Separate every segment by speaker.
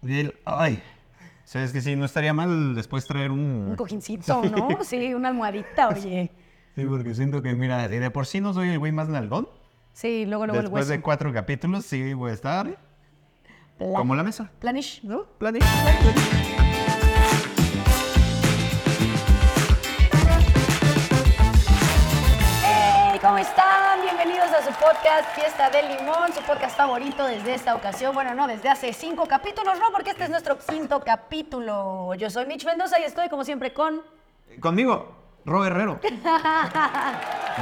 Speaker 1: Del- ay. O sea, es que sí, no estaría mal después traer
Speaker 2: Un
Speaker 1: un...
Speaker 2: cojincito, ¿no? Sí, una almohadita, oye.
Speaker 1: Sí, porque siento que, mira, si de por sí no soy el güey más nalgón,
Speaker 2: Sí, luego, luego
Speaker 1: después
Speaker 2: el
Speaker 1: de
Speaker 2: hueso.
Speaker 1: cuatro capítulos sí voy a estar
Speaker 2: Pla-
Speaker 1: como la mesa. Eh,
Speaker 2: Planish, ¿no? ¡Hey! Eh, ¿Cómo están? Bienvenidos a su podcast Fiesta del Limón, su podcast favorito desde esta ocasión. Bueno, no, desde hace cinco capítulos, no, porque este es nuestro quinto capítulo. Yo soy Mitch Mendoza y estoy, como siempre, con.
Speaker 1: Conmigo, Rob Herrero.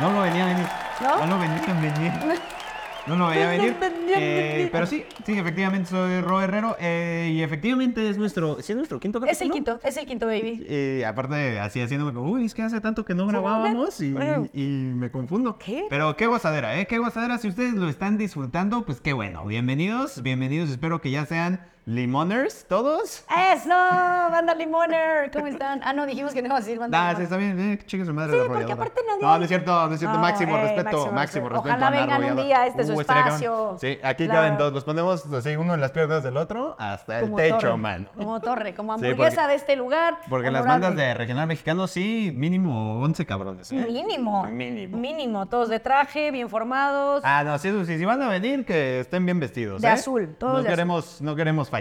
Speaker 1: No lo venía a venir.
Speaker 2: ¿No?
Speaker 1: lo venía a venir. No lo veía
Speaker 2: No lo
Speaker 1: venir.
Speaker 2: venía a
Speaker 1: Eh,
Speaker 2: venir.
Speaker 1: pero sí, sí, efectivamente soy Rob Herrero. eh, y efectivamente es nuestro. ¿Sí es nuestro quinto
Speaker 2: Es el
Speaker 1: capítulo?
Speaker 2: quinto, es el quinto, baby.
Speaker 1: Eh, aparte, así haciéndome como, uy, es que hace tanto que no grabábamos y,
Speaker 2: bueno.
Speaker 1: y me confundo.
Speaker 2: ¿Qué?
Speaker 1: Pero qué gozadera, ¿eh? Qué gozadera. Si ustedes lo están disfrutando, pues qué bueno. Bienvenidos, bienvenidos. Espero que ya sean limoners todos.
Speaker 2: ¡Eso! ¡Banda Limoner! ¿Cómo están? Ah, no, dijimos que no iba a decir banda
Speaker 1: Ah, sí,
Speaker 2: Limoner.
Speaker 1: está bien, eh, que chingue su madre
Speaker 2: Sí,
Speaker 1: la
Speaker 2: porque
Speaker 1: arrolladora.
Speaker 2: aparte nadie-
Speaker 1: No, no es cierto, no es cierto,
Speaker 2: No,
Speaker 1: máximo
Speaker 2: ey,
Speaker 1: respeto, máximo,
Speaker 2: máximo respeto.
Speaker 1: respeto.
Speaker 2: Ojalá
Speaker 1: a la
Speaker 2: vengan un
Speaker 1: arrolladora.
Speaker 2: día a este su
Speaker 1: estaría cabrón.
Speaker 2: espacio.
Speaker 1: Sí, aquí
Speaker 2: Claro.
Speaker 1: caben dos, los ponemos así, uno en las piernas del otro, hasta el
Speaker 2: Como
Speaker 1: techo,
Speaker 2: torre,
Speaker 1: mano.
Speaker 2: Como torre, como
Speaker 1: Sí,
Speaker 2: hamburguesa
Speaker 1: porque-
Speaker 2: de este lugar.
Speaker 1: Porque las
Speaker 2: honorable.
Speaker 1: bandas de regional mexicano, sí, mínimo 11 cabrones. ¿eh?
Speaker 2: Mínimo.
Speaker 1: Mínimo.
Speaker 2: Mínimo. Todos de traje, bien formados.
Speaker 1: Ah, no, sí, eso sí, si van a venir, que estén bien vestidos.
Speaker 2: De
Speaker 1: ¿eh?
Speaker 2: azul, todos
Speaker 1: no
Speaker 2: de azul.
Speaker 1: queremos, No queremos fachas.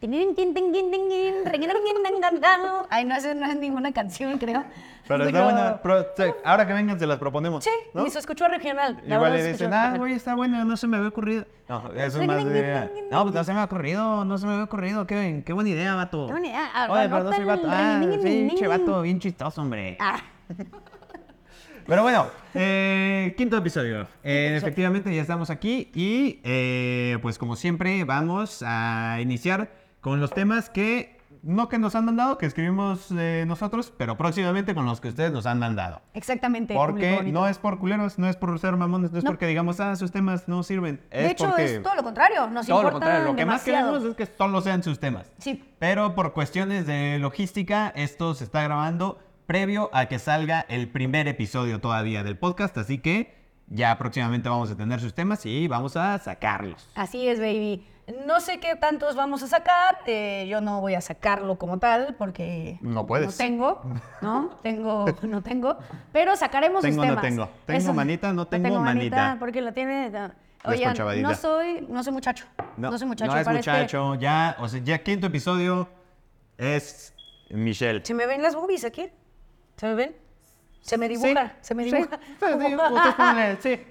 Speaker 2: Tin, tin, tin, tin, tin, tin, reguin, reguin, nan, nan, nan. Ay, no, esa no es ninguna canción, creo.
Speaker 1: Pero está buena. pro- sí, ahora que vengan, se las proponemos.
Speaker 2: Sí,
Speaker 1: ¿no?
Speaker 2: ni se escuchó regional. la
Speaker 1: Igual
Speaker 2: verdad
Speaker 1: le
Speaker 2: se
Speaker 1: dicen,
Speaker 2: escuchó
Speaker 1: ah,
Speaker 2: regional.
Speaker 1: güey, está buena, no se me había ocurrido. No, eso es más de. No, pues no se me ha ocurrido, no se me había ocurrido. Qué, qué buena idea, vato.
Speaker 2: Qué buena idea, ah,
Speaker 1: Oye, pero no soy vato. Ah,
Speaker 2: anótalo.
Speaker 1: sí, che, vato, bien chistoso, hombre.
Speaker 2: Ah,
Speaker 1: Pero bueno, eh, quinto episodio. Eh, efectivamente, ya estamos aquí y eh, pues como siempre vamos a iniciar con los temas que no que nos han mandado, que escribimos eh, nosotros, pero próximamente con los que ustedes nos han mandado.
Speaker 2: exactamente. público
Speaker 1: Porque
Speaker 2: bonito.
Speaker 1: no es por culeros, no es por ser mamones, no es
Speaker 2: No.
Speaker 1: porque digamos, ah, sus temas no sirven.
Speaker 2: De hecho,
Speaker 1: porque
Speaker 2: es todo lo contrario. Nos
Speaker 1: todo lo
Speaker 2: importan
Speaker 1: contrario. Lo que más
Speaker 2: demasiado.
Speaker 1: queremos es que solo sean sus temas.
Speaker 2: Sí,
Speaker 1: Pero por cuestiones de logística, esto se está grabando previo a que salga el primer episodio todavía del podcast, así que ya próximamente vamos a tener sus temas y vamos a sacarlos.
Speaker 2: Así es, baby. No sé qué tantos vamos a sacar. eh, yo no voy a sacarlo como tal porque
Speaker 1: No puedes.
Speaker 2: No tengo, no tengo, no tengo. Pero sacaremos sus
Speaker 1: Tengo, no
Speaker 2: temas.
Speaker 1: tengo. Tengo manita, no tengo manita.
Speaker 2: Porque la tiene. no. Oigan,
Speaker 1: Desconchavadita.
Speaker 2: no soy, no soy muchacho. No, soy muchacho.
Speaker 1: No es
Speaker 2: para este-
Speaker 1: muchacho, ya, o sea, ya quinto episodio es Michelle.
Speaker 2: ¿Se me ven las boobies aquí? ¿Se me ven? Se me dibuja, se me dibuja.
Speaker 1: Sí.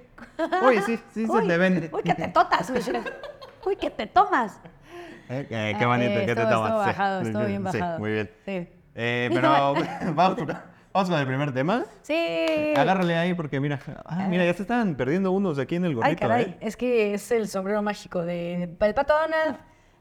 Speaker 1: Uy, sí, sí, se
Speaker 2: Uy,
Speaker 1: te ven.
Speaker 2: Uy, que te totas, Michelle. Uy, que te tomas.
Speaker 1: Eh, eh, qué bonito,
Speaker 2: Eh,
Speaker 1: que te
Speaker 2: estuvo-
Speaker 1: tomas.
Speaker 2: estuvo
Speaker 1: sí.
Speaker 2: bajado,
Speaker 1: Muy
Speaker 2: estuvo bien bajado.
Speaker 1: Sí, muy bien.
Speaker 2: Sí.
Speaker 1: Eh,
Speaker 2: Dijo-
Speaker 1: pero vamos, con- vamos con el primer tema.
Speaker 2: Sí.
Speaker 1: Agárrale ahí porque mira, ah, mira, ya se están perdiendo unos aquí en el gorrito.
Speaker 2: Ay, caray,
Speaker 1: ¿eh?
Speaker 2: es que es el sombrero mágico de el Pato Donald,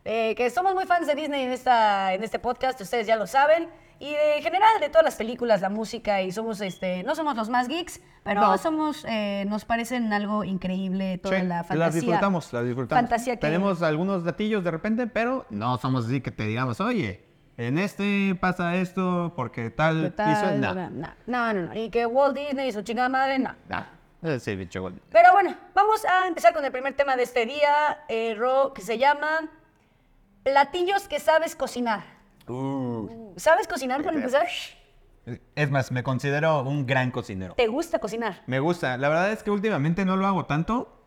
Speaker 2: eh, que somos muy fans de Disney en, esta, en este podcast, ustedes ya lo saben, y de- en general de todas las películas, la música, y somos, este, no somos los más geeks, pero
Speaker 1: No.
Speaker 2: somos, eh, nos parecen algo increíble toda
Speaker 1: Sí,
Speaker 2: la fantasía.
Speaker 1: las disfrutamos, las disfrutamos.
Speaker 2: Fantasía que...
Speaker 1: Tenemos algunos datillos de repente, pero no somos así que te digamos, oye, en este pasa esto porque tal, hizo.
Speaker 2: Total,
Speaker 1: No,
Speaker 2: no, no, no, no, y que Walt Disney y su chingada madre, no.
Speaker 1: no, ese bicho gol.
Speaker 2: Pero bueno, vamos a empezar con el primer tema de este día, eh, Ro, que se llama Platillos que sabes cocinar. ¿Sabes cocinar para empezar?
Speaker 1: Uh. Es más, me considero un gran cocinero.
Speaker 2: ¿Te gusta cocinar?
Speaker 1: Me gusta. La verdad es que últimamente no lo hago tanto.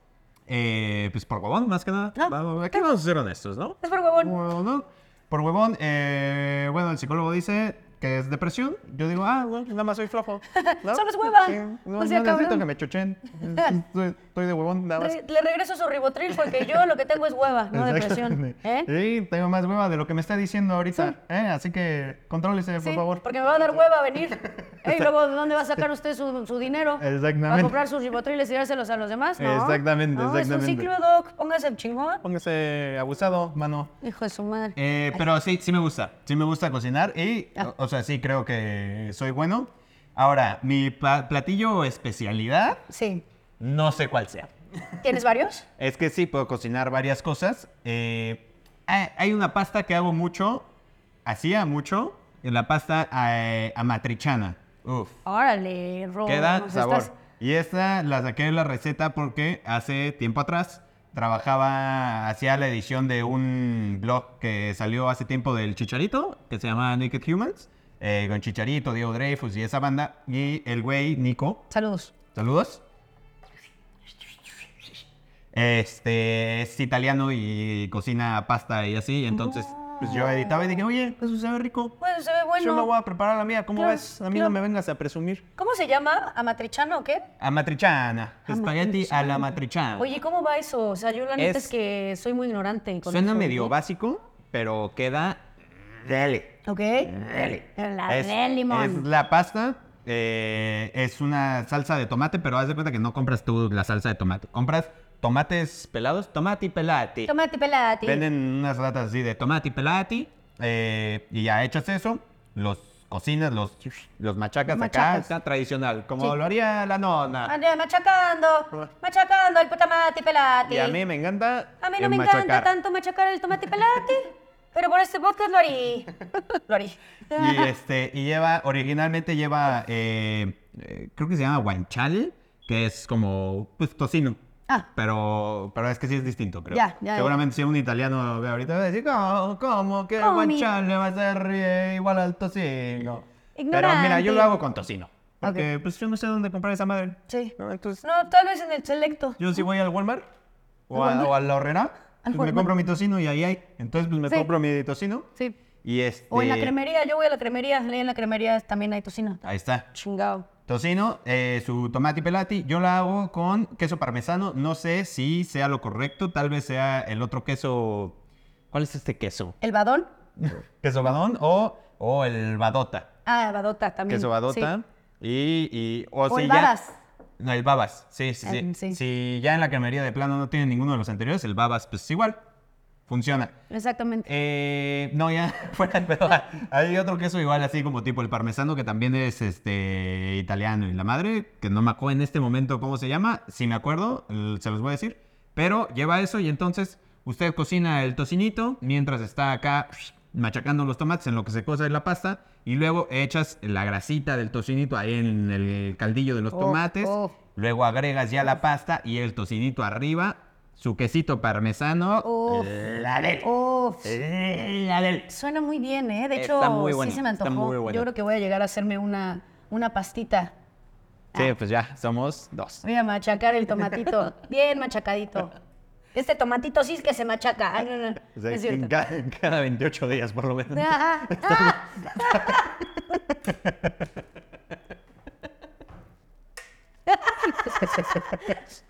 Speaker 1: eh, pues por huevón, más que nada.
Speaker 2: Ah,
Speaker 1: Vamos, aquí vamos a ser honestos, ¿no?
Speaker 2: Es por huevón.
Speaker 1: Por huevón. Por huevón, eh, bueno, el psicólogo dice que es depresión. Yo digo, ah, bueno, nada más soy flojo.
Speaker 2: Solo es hueva.
Speaker 1: Sí, No,
Speaker 2: O sea,
Speaker 1: no necesito
Speaker 2: cabrón.
Speaker 1: que me chochen. Estoy, estoy de huevón, nada más.
Speaker 2: Re- le regreso su ribotril porque yo lo que tengo es hueva, no depresión. ¿Eh?
Speaker 1: Sí, tengo más hueva de lo que me está diciendo ahorita.
Speaker 2: Sí.
Speaker 1: ¿eh? Así que contrólese, por
Speaker 2: Sí,
Speaker 1: favor.
Speaker 2: Porque me va a dar hueva venir. ¿Eh? Y luego, ¿de dónde va a sacar usted su, su dinero?
Speaker 1: Exactamente.
Speaker 2: ¿Va a comprar sus ribotriles y dárselos a los demás? No.
Speaker 1: Exactamente,
Speaker 2: No, Es un
Speaker 1: exactamente.
Speaker 2: ciclo, Doc. Póngase chingón.
Speaker 1: Póngase abusado, mano.
Speaker 2: Hijo de su madre.
Speaker 1: Eh, pero sí, sí me gusta. Sí me gusta cocinar y,
Speaker 2: Ah.
Speaker 1: o, o sea, sí creo que soy bueno. Ahora, mi pa- platillo o especialidad,
Speaker 2: Sí.
Speaker 1: no sé cuál sea.
Speaker 2: ¿Tienes varios?
Speaker 1: Es que sí, puedo cocinar varias cosas. Eh, ah, hay una pasta que hago mucho, hacía mucho, en la pasta eh, amatrichana. Uf,
Speaker 2: Órale, Ro.
Speaker 1: queda
Speaker 2: Oh, nos
Speaker 1: sabor.
Speaker 2: estás-
Speaker 1: Y esta la saqué de la receta porque hace tiempo atrás trabajaba, hacía la edición de un blog que salió hace tiempo del Chicharito, que se llama Naked Humans, eh, con Chicharito, Diego Dreyfus y esa banda. Y el güey, Nico,
Speaker 2: Saludos.
Speaker 1: saludos. Este es italiano y cocina pasta y así. Entonces, pues yo editaba y dije, oye, eso se ve rico.
Speaker 2: Bueno, se ve
Speaker 1: Yo me
Speaker 2: bueno.
Speaker 1: voy a preparar la mía. ¿Cómo
Speaker 2: Claro,
Speaker 1: ves? A mí no
Speaker 2: claro.
Speaker 1: me vengas a presumir.
Speaker 2: ¿Cómo se llama? ¿Amatrichana o qué?
Speaker 1: Amatriciana. Espagueti a la matrichana.
Speaker 2: Oye, ¿cómo va eso? O sea, yo la neta
Speaker 1: Es-
Speaker 2: es, que soy muy ignorante. Con
Speaker 1: Suena
Speaker 2: eso,
Speaker 1: medio
Speaker 2: ¿eh?
Speaker 1: básico, pero queda. Dale.
Speaker 2: Ok.
Speaker 1: Dale.
Speaker 2: La del
Speaker 1: es
Speaker 2: limón.
Speaker 1: la pasta. eh, es una salsa de tomate, pero haz de cuenta que no compras tú la salsa de tomate. Compras tomates pelados, tomati pelati.
Speaker 2: Tomate pelati.
Speaker 1: Venden unas latas así de tomati pelati. eh, y ya echas eso, los cocinas, los, los machacas, acá.
Speaker 2: Machacas.
Speaker 1: Está tradicional, como
Speaker 2: Sí.
Speaker 1: lo haría la nona.
Speaker 2: Andrea, machacando. Machacando el tomate pelati.
Speaker 1: Y a mí me encanta.
Speaker 2: A mí
Speaker 1: eh,
Speaker 2: no me
Speaker 1: machacar.
Speaker 2: encanta tanto machacar el tomate pelati. pero por este podcast lo haré. Lo haré.
Speaker 1: Y este, y lleva, originalmente lleva, eh, eh, creo que se llama guanchal, que es como, pues, tocino.
Speaker 2: Ah.
Speaker 1: Pero, pero es que sí es distinto, creo.
Speaker 2: Ya, ya, ya.
Speaker 1: Seguramente si un italiano ve ahorita va a decir, "No, ¿cómo que el
Speaker 2: ¿Cómo?
Speaker 1: guanchal le va a ser eh, igual al tocino? Pero mira, yo
Speaker 2: Ignorante.
Speaker 1: lo hago con tocino. Porque, pues, yo no sé dónde comprar esa madre.
Speaker 2: Sí.
Speaker 1: ¿no? Entonces,
Speaker 2: No, tal vez en el selecto.
Speaker 1: yo si voy al Walmart o a, o a la horrera, pues me
Speaker 2: Walmart.
Speaker 1: compro mi tocino y ahí hay. Entonces, pues, me
Speaker 2: Sí.
Speaker 1: compro mi tocino
Speaker 2: Sí.
Speaker 1: y este...
Speaker 2: O en la cremería. Yo voy a la cremería. ahí En la cremería también hay tocino.
Speaker 1: Ahí está.
Speaker 2: Chingao.
Speaker 1: Tocino, eh, su tomate pelati, yo la hago con queso parmesano, no sé si sea lo correcto, tal vez sea el otro queso... ¿Cuál es este queso?
Speaker 2: El badón.
Speaker 1: Queso badón o, o el badota.
Speaker 2: Ah, badota también.
Speaker 1: Queso
Speaker 2: Sí.
Speaker 1: badota y... y o
Speaker 2: O
Speaker 1: si
Speaker 2: el
Speaker 1: ya-
Speaker 2: babas.
Speaker 1: No, el babas, sí, sí, sí.
Speaker 2: Ah, sí.
Speaker 1: Si ya en la cremería de plano no tiene ninguno de los anteriores, el babas pues igual, funciona.
Speaker 2: Exactamente.
Speaker 1: Eh, no, ya, fuera de pedo. Hay otro queso igual, así como tipo el parmesano, que también es este italiano. Y la madre, que no me acuerdo en este momento cómo se llama, si me acuerdo, l- se los voy a decir. Pero lleva eso y entonces usted cocina el tocinito mientras está acá machacando los tomates en lo que se cose la pasta. Y luego echas la grasita del tocinito ahí en el caldillo de los
Speaker 2: Oh,
Speaker 1: tomates.
Speaker 2: oh.
Speaker 1: Luego agregas ya la pasta y el tocinito arriba, su quesito parmesano.
Speaker 2: Uf.
Speaker 1: La leche.
Speaker 2: Uf. Eh,
Speaker 1: La del-
Speaker 2: Suena muy bien, ¿eh? De hecho,
Speaker 1: Eh, Está muy bueno,
Speaker 2: sí se me
Speaker 1: está
Speaker 2: antojó.
Speaker 1: muy bueno.
Speaker 2: Yo creo que voy a llegar a hacerme una, una pastita. Ah.
Speaker 1: Sí, pues ya, somos dos.
Speaker 2: Voy a machacar el tomatito. bien machacadito. Este tomatito sí es que se machaca. Ay, no, no.
Speaker 1: O sea,
Speaker 2: es
Speaker 1: en
Speaker 2: cierto.
Speaker 1: cada, en cada 28 días, por lo menos.
Speaker 2: Ah, ah, así es,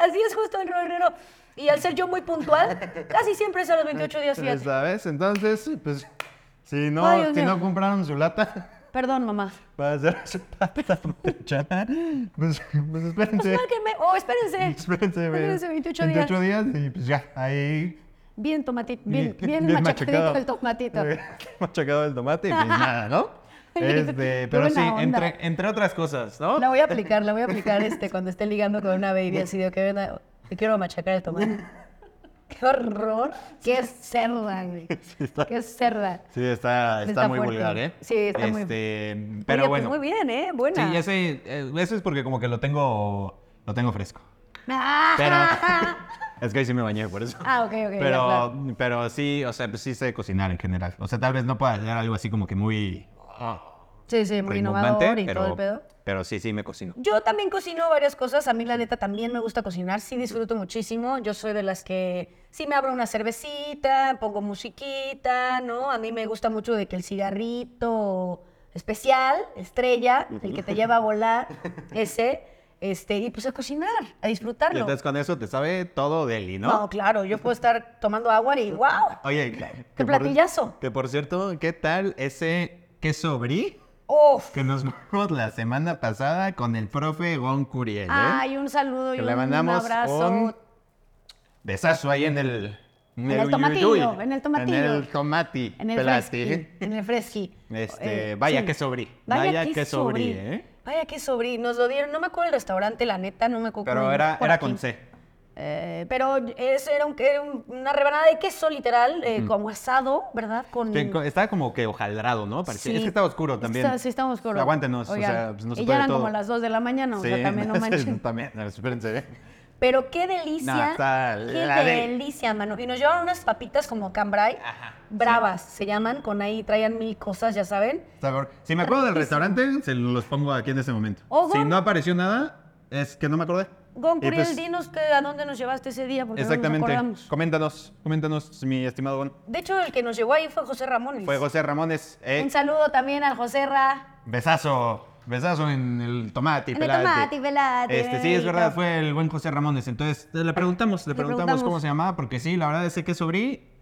Speaker 2: así es justo el herrero. Y al ser yo muy puntual, casi siempre es a los 28 días, fíjate.
Speaker 1: ¿Sabes? Entonces, pues, si no,
Speaker 2: Ay, Dios
Speaker 1: si
Speaker 2: mío.
Speaker 1: no compraron su lata
Speaker 2: Perdón, mamá.
Speaker 1: para hacer su pasta maruchan, pues, pues espérense.
Speaker 2: Márquenme. Oh, espérense.
Speaker 1: Espérense, ve,
Speaker 2: Espérense 28 días.
Speaker 1: 28 días y pues ya, ahí.
Speaker 2: Bien tomatito, bien,
Speaker 1: bien-
Speaker 2: bien,
Speaker 1: bien
Speaker 2: machacadito
Speaker 1: machacado.
Speaker 2: el tomatito.
Speaker 1: Bien Machacado el tomate y pues nada, ¿no? Este,
Speaker 2: Qué
Speaker 1: pero sí,
Speaker 2: buena onda.
Speaker 1: entre, entre otras cosas, ¿no?
Speaker 2: La voy a aplicar, la voy a aplicar este cuando esté ligando con una baby así de que venga, te quiero machacar el tomate. Qué horror, qué cerda, güey. Qué cerda.
Speaker 1: Sí, está, está,
Speaker 2: Está
Speaker 1: muy
Speaker 2: fuerte.
Speaker 1: vulgar, ¿eh?
Speaker 2: Sí, está muy-
Speaker 1: Este, pero
Speaker 2: Oye, pues
Speaker 1: bueno.
Speaker 2: muy bien, ¿eh? Buena.
Speaker 1: Sí, ya sé, eh, eso es porque como que lo tengo, lo tengo fresco.
Speaker 2: Ah,
Speaker 1: Pero es que hoy sí me bañé por eso.
Speaker 2: Ah, ok, ok. ya,
Speaker 1: pero,
Speaker 2: claro.
Speaker 1: pero sí, o sea, pues sí sé cocinar en general. O sea, tal vez no pueda hacer algo así como que muy
Speaker 2: Sí, sí, muy
Speaker 1: rimbombante,
Speaker 2: innovador y
Speaker 1: pero,
Speaker 2: todo el pedo.
Speaker 1: pero sí, sí me cocino.
Speaker 2: Yo también cocino varias cosas. A mí, la neta, también me gusta cocinar. Sí, disfruto muchísimo. Yo soy de las que sí me abro una cervecita, pongo musiquita, ¿no? A mí me gusta mucho de que el cigarrito especial, estrella, el que te lleva a volar, ese, este, y pues a cocinar, a
Speaker 1: Y
Speaker 2: disfrutarlo.
Speaker 1: entonces con eso te sabe todo deli, ¿no?
Speaker 2: ¿no? claro, yo puedo estar tomando agua y ¡wow!
Speaker 1: Oye,
Speaker 2: ¡Qué
Speaker 1: que por-
Speaker 2: platillazo!
Speaker 1: que por cierto, ¿qué tal ese queso brie
Speaker 2: ¡Uf!
Speaker 1: que nos vimos la semana pasada con el profe Gon Curiel, eh?
Speaker 2: Ay, un saludo y
Speaker 1: Que
Speaker 2: un,
Speaker 1: le mandamos
Speaker 2: abrazo.
Speaker 1: un besazo ahí en el... En,
Speaker 2: el tomatillo, en el
Speaker 1: En
Speaker 2: tomatillo.
Speaker 1: el tomati.
Speaker 2: En el
Speaker 1: pelati.
Speaker 2: fresqui. En el fresqui.
Speaker 1: Este,
Speaker 2: Eh,
Speaker 1: vaya
Speaker 2: sí.
Speaker 1: que sobrí.
Speaker 2: Vaya,
Speaker 1: Vaya
Speaker 2: que,
Speaker 1: que sobrí,
Speaker 2: sobrí.
Speaker 1: ¿eh?
Speaker 2: Vaya que sobrí. Nos lo dieron. No me acuerdo el restaurante, la neta, no me acuerdo.
Speaker 1: Pero
Speaker 2: cómo
Speaker 1: era,
Speaker 2: llamaba, por
Speaker 1: era
Speaker 2: aquí.
Speaker 1: con C.
Speaker 2: Eh, pero es- era, un- era un- una rebanada de queso, literal, eh, como asado, ¿verdad? Con...
Speaker 1: Que co- Estaba como que hojaldrado, ¿no? Parecía.
Speaker 2: Sí.
Speaker 1: Es que estaba oscuro también.
Speaker 2: Está- sí, está oscuro.
Speaker 1: Aguántenos, o
Speaker 2: Oigan,
Speaker 1: sea, pues no se
Speaker 2: y
Speaker 1: puede
Speaker 2: ya eran
Speaker 1: todo.
Speaker 2: como las 2 de la mañana, o
Speaker 1: Sí,
Speaker 2: sea, también no
Speaker 1: sí,
Speaker 2: manchen.
Speaker 1: también, espérense. ¿eh?
Speaker 2: Pero qué delicia.
Speaker 1: No, está
Speaker 2: qué
Speaker 1: la de-
Speaker 2: delicia, mano. Y nos llevaron unas papitas como cambrai.
Speaker 1: Ajá,
Speaker 2: Bravas se llaman. Con ahí traían mil cosas, ya saben.
Speaker 1: Sabor. Si me acuerdo del restaurante, se los pongo aquí en este momento.
Speaker 2: Ojo.
Speaker 1: Si no apareció nada, es que no me acordé.
Speaker 2: Oh, Gon
Speaker 1: Y
Speaker 2: Curiel,
Speaker 1: pues,
Speaker 2: dinos que, a dónde nos llevaste ese día, porque no nos
Speaker 1: Exactamente.
Speaker 2: acordamos.
Speaker 1: coméntanos, coméntanos, mi estimado Gon.
Speaker 2: De hecho, el que nos llevó ahí fue José Ramón.
Speaker 1: Fue José Ramones. eh,
Speaker 2: Pues. Un saludo también al José Ra.
Speaker 1: besazo. Besazo en el tomate y
Speaker 2: En el
Speaker 1: pelate.
Speaker 2: tomate y pelate,
Speaker 1: Este, sí, es
Speaker 2: bebito.
Speaker 1: verdad, fue el buen José Ramones. Entonces, le preguntamos, le,
Speaker 2: Le
Speaker 1: preguntamos,
Speaker 2: preguntamos.
Speaker 1: cómo se llamaba, porque sí, la verdad es que sobrí.